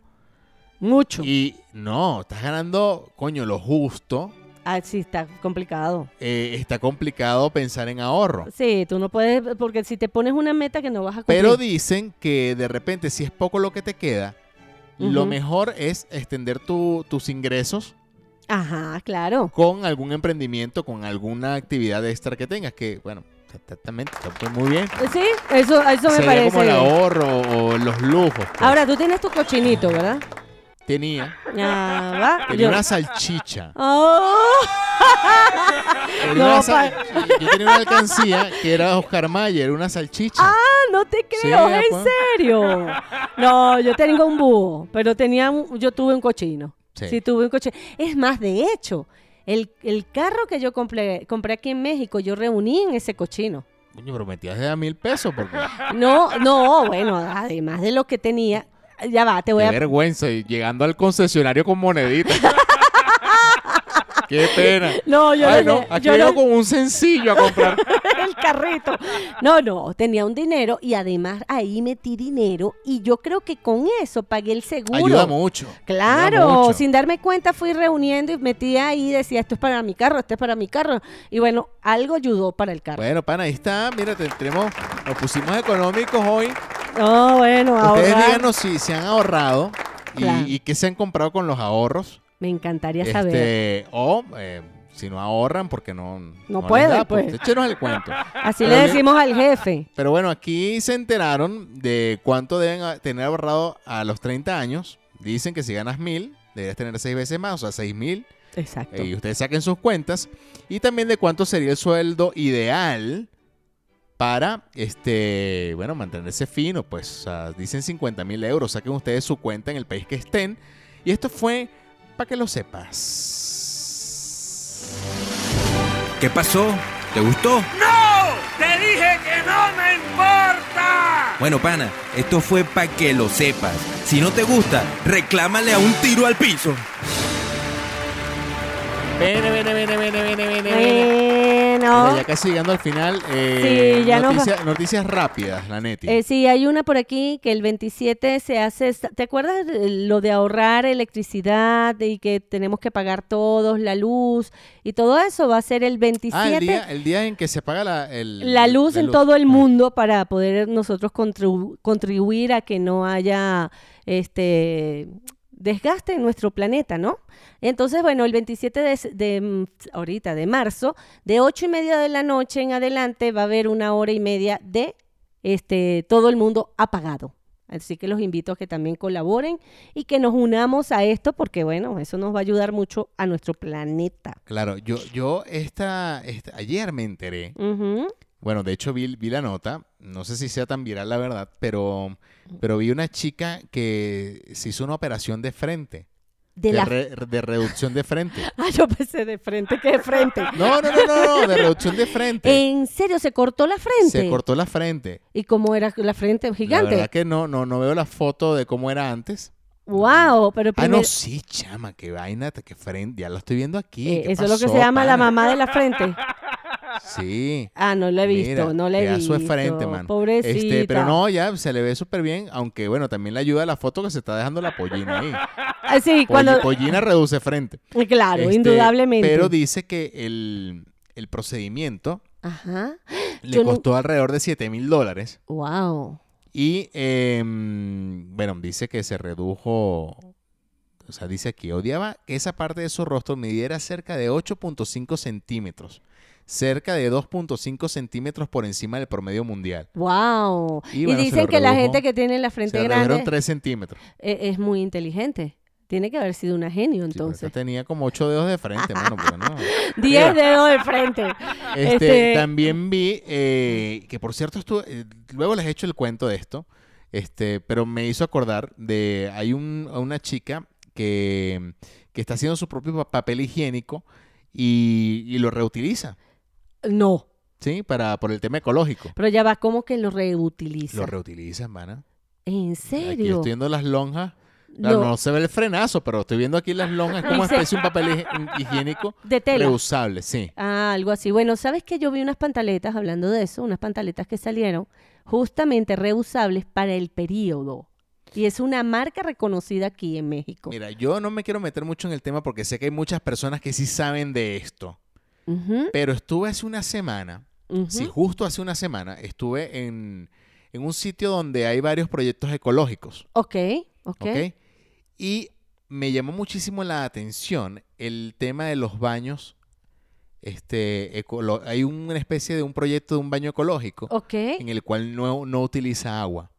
[SPEAKER 2] Mucho.
[SPEAKER 1] y no, estás ganando, coño, lo justo,
[SPEAKER 2] Ah, sí, está complicado.
[SPEAKER 1] eh, está complicado pensar en ahorro.
[SPEAKER 2] Sí, tú no puedes, porque si te pones una meta que no vas a cumplir.
[SPEAKER 1] Pero dicen que de repente, si es poco lo que te queda, lo
[SPEAKER 2] Ujú.
[SPEAKER 1] mejor es extender tu- tus ingresos
[SPEAKER 2] Ajá, claro.
[SPEAKER 1] con algún emprendimiento, con alguna actividad extra que tengas, que bueno, exactamente, está muy bien.
[SPEAKER 2] Sí, eso, eso me
[SPEAKER 1] Sería
[SPEAKER 2] parece.
[SPEAKER 1] como el
[SPEAKER 2] bien.
[SPEAKER 1] ahorro o los lujos. pues.
[SPEAKER 2] Ahora, tú tienes tu cochinito, ¿verdad?
[SPEAKER 1] tenía,
[SPEAKER 2] Ya va.
[SPEAKER 1] tenía
[SPEAKER 2] Yo-
[SPEAKER 1] una salchicha.
[SPEAKER 2] ¡Oh!
[SPEAKER 1] Tenía
[SPEAKER 2] No,
[SPEAKER 1] una sal- Yo tenía una alcancía que era Oscar Mayer, una salchicha.
[SPEAKER 2] Ah, no te
[SPEAKER 1] Sí,
[SPEAKER 2] creo, ¿es en
[SPEAKER 1] pues.
[SPEAKER 2] serio. No, yo tengo un búho, pero tenía un- yo tuve un cochino.
[SPEAKER 1] Sí.
[SPEAKER 2] Sí, tuve un cochino. Es más, de hecho, el, el carro que yo compré, compré aquí en México, yo reuní en ese cochino.
[SPEAKER 1] Coño, pero metías de a mil pesos porque
[SPEAKER 2] No, no, bueno, además de lo que tenía, ya va, te voy
[SPEAKER 1] qué
[SPEAKER 2] a
[SPEAKER 1] vergüenza y llegando al concesionario con moneditas. qué pena.
[SPEAKER 2] No, yo
[SPEAKER 1] Ay,
[SPEAKER 2] no,
[SPEAKER 1] no, aquí
[SPEAKER 2] yo
[SPEAKER 1] vengo
[SPEAKER 2] no-
[SPEAKER 1] con un sencillo a comprar.
[SPEAKER 2] el carrito. No, no, tenía un dinero y además ahí metí dinero y yo creo que con eso pagué el seguro.
[SPEAKER 1] Ayuda mucho. ayuda
[SPEAKER 2] Claro,
[SPEAKER 1] mucho.
[SPEAKER 2] sin darme cuenta fui reuniendo y metía ahí y decía, esto es para mi carro, esto es para mi carro. Y bueno, algo ayudó para el carro.
[SPEAKER 1] Bueno, pana, ahí está. Mira, te- tenemos, nos pusimos económicos hoy.
[SPEAKER 2] No, bueno,
[SPEAKER 1] Ustedes
[SPEAKER 2] ahorrar.
[SPEAKER 1] díganos si se han ahorrado y,
[SPEAKER 2] Claro.
[SPEAKER 1] y qué se han comprado con los ahorros.
[SPEAKER 2] Me encantaría saber.
[SPEAKER 1] Este, o eh, si no ahorran porque no, no, les
[SPEAKER 2] pueden,
[SPEAKER 1] da, pues,
[SPEAKER 2] pues.
[SPEAKER 1] échenos el cuento.
[SPEAKER 2] Así
[SPEAKER 1] Pero
[SPEAKER 2] le
[SPEAKER 1] le-
[SPEAKER 2] decimos al jefe.
[SPEAKER 1] Pero bueno, aquí se enteraron de cuánto deben a- tener ahorrado a los 30 años. Dicen que si ganas mil, deberías tener seis veces más, o sea, seis mil.
[SPEAKER 2] Exacto.
[SPEAKER 1] Y ustedes saquen sus cuentas. Y también de cuánto sería el sueldo ideal para, este, bueno, mantenerse fino. Pues o sea, dicen 50 mil euros. Saquen ustedes su cuenta en el país que estén. Y esto fue para que lo sepas.
[SPEAKER 6] ¿Qué pasó? ¿Te gustó?
[SPEAKER 5] ¡No! ¡Te dije que no me importa!
[SPEAKER 6] Bueno, pana, esto fue para que lo sepas. Si no te gusta, reclámale a un tiro al piso.
[SPEAKER 1] Vene, vene, vene, vene, vene, vene, vene. Mira,
[SPEAKER 2] Bueno.
[SPEAKER 1] ya casi llegando al final. eh,
[SPEAKER 2] Ah. Sí, ya nos va-
[SPEAKER 1] noticia- Noticias rápidas, la neti.
[SPEAKER 2] Eh, sí, hay una por aquí que el 27 se hace. esta- ¿Te acuerdas de lo de ahorrar electricidad y que tenemos que pagar todos la luz y todo eso? Va a ser el 27.
[SPEAKER 1] ah, el día, el día en que se apaga la, el-
[SPEAKER 2] la luz en todo el
[SPEAKER 1] Ah.
[SPEAKER 2] mundo para poder nosotros contribu- contribuir a que no haya este desgaste en nuestro planeta, ¿no? Entonces, bueno, el 27 de, s- de, mm, ahorita, de marzo, de ocho y media de la noche en adelante va a haber una hora y media de este, todo el mundo apagado. Así que los invito a que también colaboren y que nos unamos a esto porque, bueno, eso nos va a ayudar mucho a nuestro planeta.
[SPEAKER 1] Claro, yo, yo esta, esta- ayer me enteré.
[SPEAKER 2] Ujú.
[SPEAKER 1] Bueno, de hecho vi, vi la nota, no sé si sea tan viral la verdad, pero, pero vi una chica que se hizo una operación de frente,
[SPEAKER 2] De
[SPEAKER 1] de,
[SPEAKER 2] la...
[SPEAKER 1] re- de reducción de frente.
[SPEAKER 2] Ah, yo pensé de frente, que de frente.
[SPEAKER 1] No, no, no, no, no, de reducción de frente.
[SPEAKER 2] ¿En serio se cortó la frente?
[SPEAKER 1] Se cortó la frente.
[SPEAKER 2] ¿Y cómo era la frente
[SPEAKER 1] La
[SPEAKER 2] gigante?
[SPEAKER 1] verdad que no, no, no veo la foto de cómo era antes.
[SPEAKER 2] Wow, pero
[SPEAKER 1] Ah, no,
[SPEAKER 2] primer-
[SPEAKER 1] sí, chama, qué vaina, qué frente, ya lo estoy viendo aquí.
[SPEAKER 2] Eh,
[SPEAKER 1] ¿qué
[SPEAKER 2] eso es lo que
[SPEAKER 1] pasó,
[SPEAKER 2] se llama la
[SPEAKER 1] pana?
[SPEAKER 2] mamá de la frente.
[SPEAKER 1] Sí.
[SPEAKER 2] Ah, no la he visto,
[SPEAKER 1] Mira,
[SPEAKER 2] no la he
[SPEAKER 1] pedazo
[SPEAKER 2] visto.
[SPEAKER 1] de frente, mano.
[SPEAKER 2] Pobrecita.
[SPEAKER 1] Este, pero no, ya se le ve súper bien, aunque bueno, también le ayuda la foto que se está dejando la pollina ahí.
[SPEAKER 2] Ah, sí,
[SPEAKER 1] Polli-
[SPEAKER 2] cuando
[SPEAKER 1] Pollina reduce frente.
[SPEAKER 2] claro,
[SPEAKER 1] Este,
[SPEAKER 2] indudablemente.
[SPEAKER 1] Pero dice que el, el procedimiento
[SPEAKER 2] Ajá.
[SPEAKER 1] le
[SPEAKER 2] Yo no-
[SPEAKER 1] costó alrededor de 7 mil dólares.
[SPEAKER 2] Wow.
[SPEAKER 1] Y, em, bueno, dice que se redujo... O sea, dice aquí, odiaba que esa parte de su rostro midiera cerca de 8.5 centímetros. Cerca de 2.5 centímetros por encima del promedio mundial.
[SPEAKER 2] Wow.
[SPEAKER 1] Y
[SPEAKER 2] Y,
[SPEAKER 1] bueno, se
[SPEAKER 2] dicen
[SPEAKER 1] lo
[SPEAKER 2] que la
[SPEAKER 1] redujo.
[SPEAKER 2] gente que tiene la
[SPEAKER 1] Se
[SPEAKER 2] frente
[SPEAKER 1] le
[SPEAKER 2] grande
[SPEAKER 1] redujeron 3 centímetros.
[SPEAKER 2] e- es, muy inteligente. Tiene que haber sido una genio
[SPEAKER 1] Sí, pero esta
[SPEAKER 2] entonces.
[SPEAKER 1] tenía como ocho dedos de frente, mano. porque no.
[SPEAKER 2] Diez
[SPEAKER 1] Mira,
[SPEAKER 2] dedos de frente.
[SPEAKER 1] este,
[SPEAKER 2] este-
[SPEAKER 1] También vi eh, que, por cierto, estuve- eh, luego les he hecho el cuento de esto, este, pero me hizo acordar de. Hay un- a una chica que, que está haciendo su propio pa- papel higiénico y, y lo reutiliza.
[SPEAKER 2] No.
[SPEAKER 1] ¿sí? Para, por el tema ecológico.
[SPEAKER 2] Pero ya va como que lo reutiliza.
[SPEAKER 1] Lo reutilizan, mana. Aquí
[SPEAKER 2] ¿En
[SPEAKER 1] yo
[SPEAKER 2] serio?
[SPEAKER 1] estoy viendo las lonjas. Claro,
[SPEAKER 2] Lo-
[SPEAKER 1] No se ve el frenazo, pero estoy viendo aquí las lonjas como
[SPEAKER 2] Dice-
[SPEAKER 1] especie de un papel hig- higiénico
[SPEAKER 2] De tela.
[SPEAKER 1] reusable, sí.
[SPEAKER 2] Ah, algo así. Bueno, ¿sabes que yo vi unas pantaletas, hablando de eso, unas pantaletas que salieron justamente reusables para el periodo? Y es una marca reconocida aquí en México.
[SPEAKER 1] Mira, yo no me quiero meter mucho en el tema porque sé que hay muchas personas que sí saben de esto.
[SPEAKER 2] Ujú,
[SPEAKER 1] Pero estuve hace una semana,
[SPEAKER 2] ujú.
[SPEAKER 1] sí, justo hace una semana, estuve en, en un sitio donde hay varios proyectos ecológicos,
[SPEAKER 2] Ok, ok.
[SPEAKER 1] ¿ok? Y me llamó muchísimo la atención el tema de los baños. Este, ecolo- hay una especie de un proyecto de un baño ecológico
[SPEAKER 2] Ok,
[SPEAKER 1] en el cual no, no utiliza agua.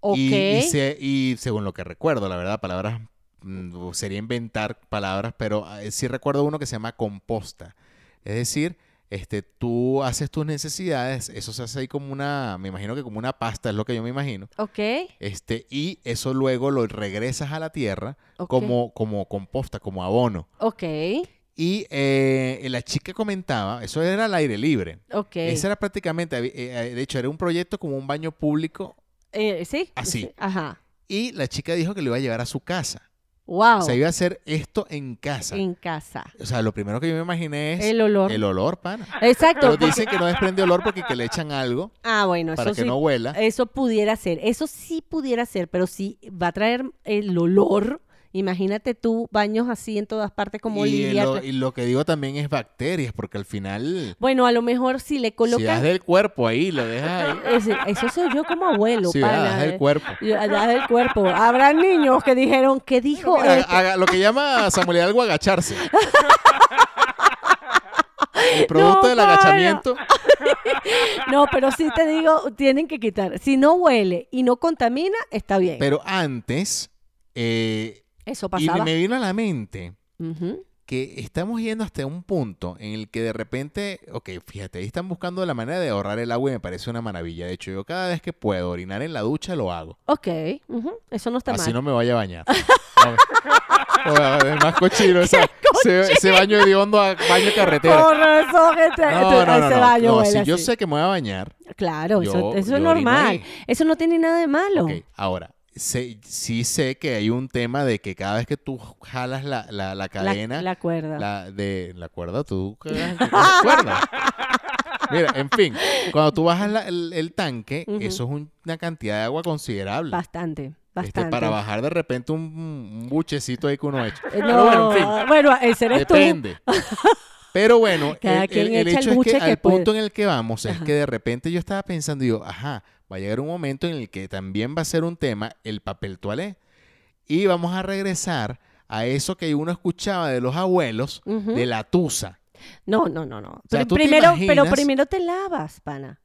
[SPEAKER 2] ok.
[SPEAKER 1] Y- Y, se- y según lo que recuerdo, la verdad, palabras, mm, sería inventar palabras, pero eh, sí recuerdo uno que se llama composta. Es decir, este, tú haces tus necesidades, eso se hace ahí como una, me imagino que como una pasta, es lo que yo me imagino.
[SPEAKER 2] Ok,
[SPEAKER 1] Este, y eso luego lo regresas a la tierra
[SPEAKER 2] Ok.
[SPEAKER 1] como, como composta, como abono.
[SPEAKER 2] ok,
[SPEAKER 1] Y eh, la chica comentaba, eso era al aire libre.
[SPEAKER 2] ok.
[SPEAKER 1] Ese era prácticamente, eh, eh, de hecho, era un proyecto como un baño público
[SPEAKER 2] Eh, ¿Sí?
[SPEAKER 1] Así.
[SPEAKER 2] Sí, Ajá.
[SPEAKER 1] y la chica dijo que lo iba a llevar a su casa.
[SPEAKER 2] Wow.
[SPEAKER 1] O sea, iba a hacer esto en casa.
[SPEAKER 2] Ah, En casa.
[SPEAKER 1] O sea, lo primero que yo me imaginé es
[SPEAKER 2] El olor. Ah,
[SPEAKER 1] el olor, pana.
[SPEAKER 2] Exacto.
[SPEAKER 1] Pero
[SPEAKER 2] porque-
[SPEAKER 1] dicen que no desprende olor porque que le echan algo
[SPEAKER 2] Ah, bueno,
[SPEAKER 1] para
[SPEAKER 2] eso
[SPEAKER 1] que
[SPEAKER 2] sí.
[SPEAKER 1] no huela.
[SPEAKER 2] Eso pudiera ser, eso sí pudiera ser, pero sí va a traer eh, el olor. Imagínate tú baños así en todas partes como
[SPEAKER 1] y,
[SPEAKER 2] Olivia.
[SPEAKER 1] lo, y lo que digo también es bacterias, porque al final,
[SPEAKER 2] Bueno, a lo mejor si le
[SPEAKER 1] si das
[SPEAKER 2] colocas...
[SPEAKER 1] del cuerpo ahí, lo dejas ahí.
[SPEAKER 2] Es- Eso soy yo como abuelo.
[SPEAKER 1] Si
[SPEAKER 2] pana,
[SPEAKER 1] das del
[SPEAKER 2] eh.
[SPEAKER 1] cuerpo.
[SPEAKER 2] Yo- das del cuerpo. Habrá niños que dijeron, ¿qué dijo?
[SPEAKER 1] Mira,
[SPEAKER 2] este?
[SPEAKER 1] haga- lo que llama Samuel Hidalgo agacharse. El producto
[SPEAKER 2] No,
[SPEAKER 1] del
[SPEAKER 2] pana.
[SPEAKER 1] agachamiento.
[SPEAKER 2] No, pero sí te digo, tienen que quitar. Si no huele y no contamina, está bien.
[SPEAKER 1] Pero antes, eh,
[SPEAKER 2] eso
[SPEAKER 1] y
[SPEAKER 2] pasaba.
[SPEAKER 1] me- me vino a la mente
[SPEAKER 2] Ujú.
[SPEAKER 1] que estamos yendo hasta un punto en el que de repente, ok, fíjate, ahí están buscando la manera de ahorrar el agua y me parece una maravilla. De hecho, yo cada vez que puedo orinar en la ducha lo hago.
[SPEAKER 2] Ok, ujú, eso no está
[SPEAKER 1] Así
[SPEAKER 2] mal.
[SPEAKER 1] no me vaya a bañar. No, no, es más cochino, esa- Ese, ese baño de hondo a baño de carretera.
[SPEAKER 2] Por razón, este,
[SPEAKER 1] No, no, no,
[SPEAKER 2] ese
[SPEAKER 1] no.
[SPEAKER 2] baño
[SPEAKER 1] No,
[SPEAKER 2] huele
[SPEAKER 1] si yo
[SPEAKER 2] así.
[SPEAKER 1] sé que me voy a bañar,
[SPEAKER 2] Claro,
[SPEAKER 1] Yo-
[SPEAKER 2] eso, eso
[SPEAKER 1] yo
[SPEAKER 2] es normal.
[SPEAKER 1] oriné.
[SPEAKER 2] Eso no tiene nada de malo.
[SPEAKER 1] ok, ahora, sé- sí sé que hay un tema de que cada vez que tú jalas la, la- la
[SPEAKER 2] La-
[SPEAKER 1] cadena,
[SPEAKER 2] La, cuerda.
[SPEAKER 1] La de la cuerda, tú cagas con la cuerda. Mira, en fin, cuando tú bajas la- el, el tanque,
[SPEAKER 2] Ujú.
[SPEAKER 1] eso es un- una cantidad de agua considerable.
[SPEAKER 2] Bastante,
[SPEAKER 1] Este,
[SPEAKER 2] bastante.
[SPEAKER 1] para bajar de repente un, un buchecito ahí que uno echa.
[SPEAKER 2] Eh,
[SPEAKER 1] Pero
[SPEAKER 2] No,
[SPEAKER 1] bueno, en fin,
[SPEAKER 2] bueno, eh, ese eres tú.
[SPEAKER 1] depende. Pero bueno,
[SPEAKER 2] Cada
[SPEAKER 1] el, el-
[SPEAKER 2] quien
[SPEAKER 1] el
[SPEAKER 2] echa el
[SPEAKER 1] hecho es que
[SPEAKER 2] buche que
[SPEAKER 1] al
[SPEAKER 2] puede.
[SPEAKER 1] punto en el que vamos es que de repente yo estaba pensando, y yo, ajá, va a llegar un momento en el que también va a ser un tema el papel toalé. Y vamos a regresar a eso que uno escuchaba de los abuelos,
[SPEAKER 2] Ujú.
[SPEAKER 1] de la tusa.
[SPEAKER 2] No, no, no, no.
[SPEAKER 1] sea,
[SPEAKER 2] Pri-
[SPEAKER 1] tú te
[SPEAKER 2] primero, pero
[SPEAKER 1] imaginas-
[SPEAKER 2] primero te lavas, pana.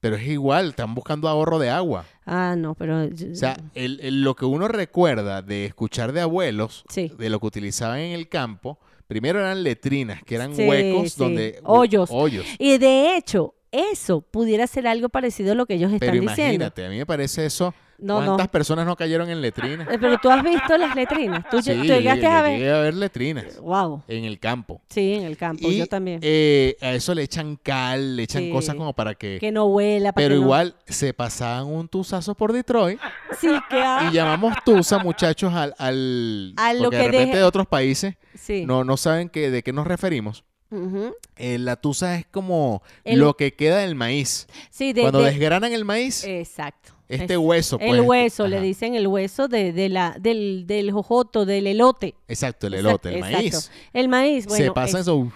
[SPEAKER 1] Pero es igual, están buscando ahorro de agua.
[SPEAKER 2] Ah, no, pero yo-
[SPEAKER 1] O sea, el- el- lo que uno recuerda de escuchar de abuelos,
[SPEAKER 2] Sí.
[SPEAKER 1] de lo que utilizaban en el campo, primero eran letrinas, que eran
[SPEAKER 2] Sí,
[SPEAKER 1] huecos
[SPEAKER 2] sí.
[SPEAKER 1] donde...
[SPEAKER 2] Hoyos.
[SPEAKER 1] Hoyos.
[SPEAKER 2] y de hecho, eso pudiera ser algo parecido a lo que ellos están
[SPEAKER 1] Pero
[SPEAKER 2] diciendo.
[SPEAKER 1] imagínate, a mí me parece eso.
[SPEAKER 2] No, no.
[SPEAKER 1] ¿Cuántas personas no cayeron en letrinas?
[SPEAKER 2] Eh, Pero tú has visto las letrinas. Tú,
[SPEAKER 1] Sí,
[SPEAKER 2] tú
[SPEAKER 1] yo
[SPEAKER 2] llegaste
[SPEAKER 1] llegué-
[SPEAKER 2] a
[SPEAKER 1] yo
[SPEAKER 2] ver.
[SPEAKER 1] llegué a ver letrinas
[SPEAKER 2] Wow.
[SPEAKER 1] en el campo.
[SPEAKER 2] Sí, en el campo,
[SPEAKER 1] y
[SPEAKER 2] yo también.
[SPEAKER 1] eh, a eso le echan cal, le echan
[SPEAKER 2] Sí.
[SPEAKER 1] cosas como para que...
[SPEAKER 2] que no huela. para
[SPEAKER 1] pero
[SPEAKER 2] que no-
[SPEAKER 1] igual se pasaban un tuzazo por Detroit.
[SPEAKER 2] Sí, que ah,
[SPEAKER 1] Y llamamos tusa, muchachos, al... al
[SPEAKER 2] A lo
[SPEAKER 1] porque
[SPEAKER 2] que
[SPEAKER 1] de repente
[SPEAKER 2] deje-
[SPEAKER 1] de otros países
[SPEAKER 2] Sí.
[SPEAKER 1] no, no saben que, de qué nos referimos.
[SPEAKER 2] Ujú.
[SPEAKER 1] Eh, la tusa es como
[SPEAKER 2] El-
[SPEAKER 1] lo que queda del maíz.
[SPEAKER 2] Sí, de-
[SPEAKER 1] Cuando
[SPEAKER 2] de-
[SPEAKER 1] desgranan el maíz,
[SPEAKER 2] Exacto.
[SPEAKER 1] este
[SPEAKER 2] Es-
[SPEAKER 1] hueso, pues.
[SPEAKER 2] El hueso, le
[SPEAKER 1] Ajá.
[SPEAKER 2] dicen el hueso de, de la, del, del jojoto, del elote.
[SPEAKER 1] Exacto, el elote,
[SPEAKER 2] Exacto,
[SPEAKER 1] el
[SPEAKER 2] exacto.
[SPEAKER 1] maíz.
[SPEAKER 2] El maíz, bueno.
[SPEAKER 1] se pasa
[SPEAKER 2] es-
[SPEAKER 1] eso.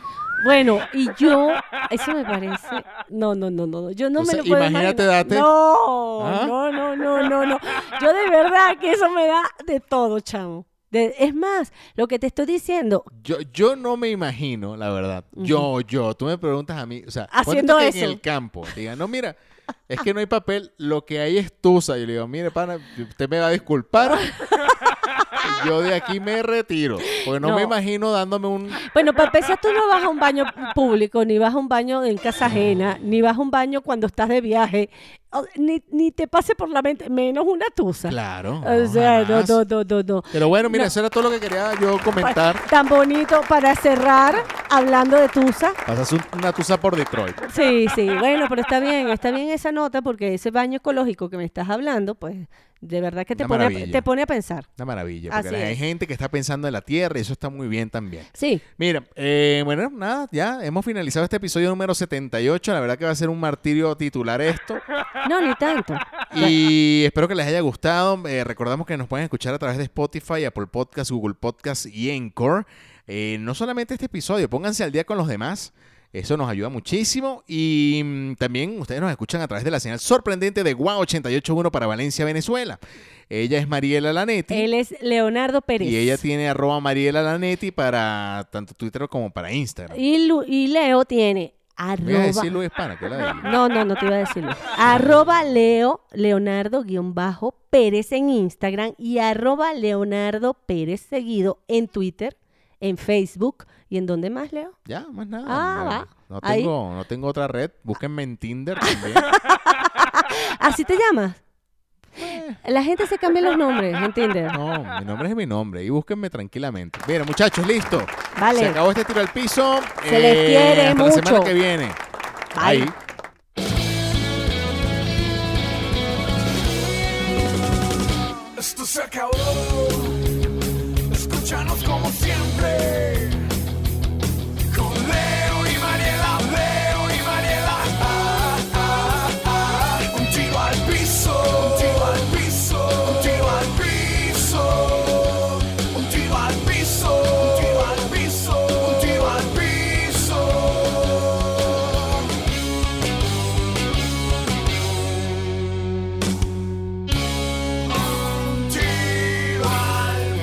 [SPEAKER 2] Bueno, y yo, eso me parece. No, no, no, no. no, Yo no
[SPEAKER 1] Entonces,
[SPEAKER 2] me lo puedo
[SPEAKER 1] imagínate,
[SPEAKER 2] imaginar.
[SPEAKER 1] date.
[SPEAKER 2] No,
[SPEAKER 1] ¿Ah?
[SPEAKER 2] no, no, no, no, no. Yo de verdad que eso me da de todo, chamo. De- es más, lo que te estoy diciendo,
[SPEAKER 1] Yo, yo no me imagino, la verdad. Yo, yo. Tú me preguntas a mí, o sea, ponte
[SPEAKER 2] Haciendo
[SPEAKER 1] que en
[SPEAKER 2] eso.
[SPEAKER 1] el campo. Digan, no, mira, es que no hay papel, lo que hay es tusa. Yo le digo, mire, pana, usted me va a disculpar. yo de aquí me retiro. Porque no,
[SPEAKER 2] No.
[SPEAKER 1] me imagino dándome un.
[SPEAKER 2] Bueno, para empezar, tú no vas a un baño público, ni vas a un baño en casa ajena, ni vas a un baño cuando estás de viaje. o- ni, ni te pase por la mente, menos una tusa.
[SPEAKER 1] Claro.
[SPEAKER 2] O sea, no,
[SPEAKER 1] jamás.
[SPEAKER 2] no, no, no, no.
[SPEAKER 1] Pero bueno, mira,
[SPEAKER 2] No.
[SPEAKER 1] eso era todo lo que quería yo comentar.
[SPEAKER 2] Pa- Tan bonito para cerrar hablando de tusa.
[SPEAKER 1] Pasas un- una tusa por Detroit.
[SPEAKER 2] Sí, sí, bueno, pero está bien, está bien esa nota porque ese baño ecológico que me estás hablando, pues de verdad que te,
[SPEAKER 1] Una
[SPEAKER 2] pone a,
[SPEAKER 1] maravilla.
[SPEAKER 2] te pone a pensar.
[SPEAKER 1] Una maravilla. Porque
[SPEAKER 2] Así
[SPEAKER 1] hay
[SPEAKER 2] es.
[SPEAKER 1] gente que está pensando en la Tierra y eso está muy bien también.
[SPEAKER 2] Sí,
[SPEAKER 1] Mira, eh, bueno, nada, ya hemos finalizado este episodio número 78. La verdad que va a ser un martirio titular esto.
[SPEAKER 2] no, ni tanto.
[SPEAKER 1] Y espero que les haya gustado. Eh, recordamos que nos pueden escuchar a través de Spotify, Apple Podcast, Google Podcast y Encore. Eh, no solamente este episodio, pónganse al día con los demás. Eso nos ayuda muchísimo. Y mm, también ustedes nos escuchan a través de la señal sorprendente de Guau 881 para Valencia, Venezuela. Ella es Mariela Lanetti.
[SPEAKER 2] Él es Leonardo Pérez.
[SPEAKER 1] Y ella tiene arroba Mariela Lanetti para tanto Twitter como para Instagram.
[SPEAKER 2] Y Lu- y Leo tiene
[SPEAKER 1] Voy a
[SPEAKER 2] arroba.
[SPEAKER 1] decir Luis Pana, que la de ella.
[SPEAKER 2] No, no, no te iba a decirlo. Arroba Leo, Leonardo guión bajo Pérez en Instagram y arroba Leonardo Pérez seguido en Twitter, en Facebook y en dónde más, Leo.
[SPEAKER 1] Ya, más nada.
[SPEAKER 2] Ah,
[SPEAKER 1] no,
[SPEAKER 2] va.
[SPEAKER 1] no
[SPEAKER 2] Ahí.
[SPEAKER 1] tengo, no tengo otra red. Búsquenme en Tinder también.
[SPEAKER 2] ¿Así te llamas? La gente se cambia los nombres en Tinder.
[SPEAKER 1] No, mi nombre es mi nombre y búsquenme tranquilamente. Mira, muchachos, listo.
[SPEAKER 2] Vale.
[SPEAKER 1] Se acabó este tiro al piso. Eh,
[SPEAKER 2] Se les quiere
[SPEAKER 1] hasta
[SPEAKER 2] mucho.
[SPEAKER 1] La semana que viene.
[SPEAKER 2] Bye.
[SPEAKER 1] Bye.
[SPEAKER 7] Esto se acabó. Escúchanos como siempre. Con Leo y Mariela, Leo y Mariela. Ah, ah, ah. Un tiro al piso. Un tiro al piso. Un tiro al piso. Un tiro al piso. Un tiro al piso. Un tiro al piso. Un tiro al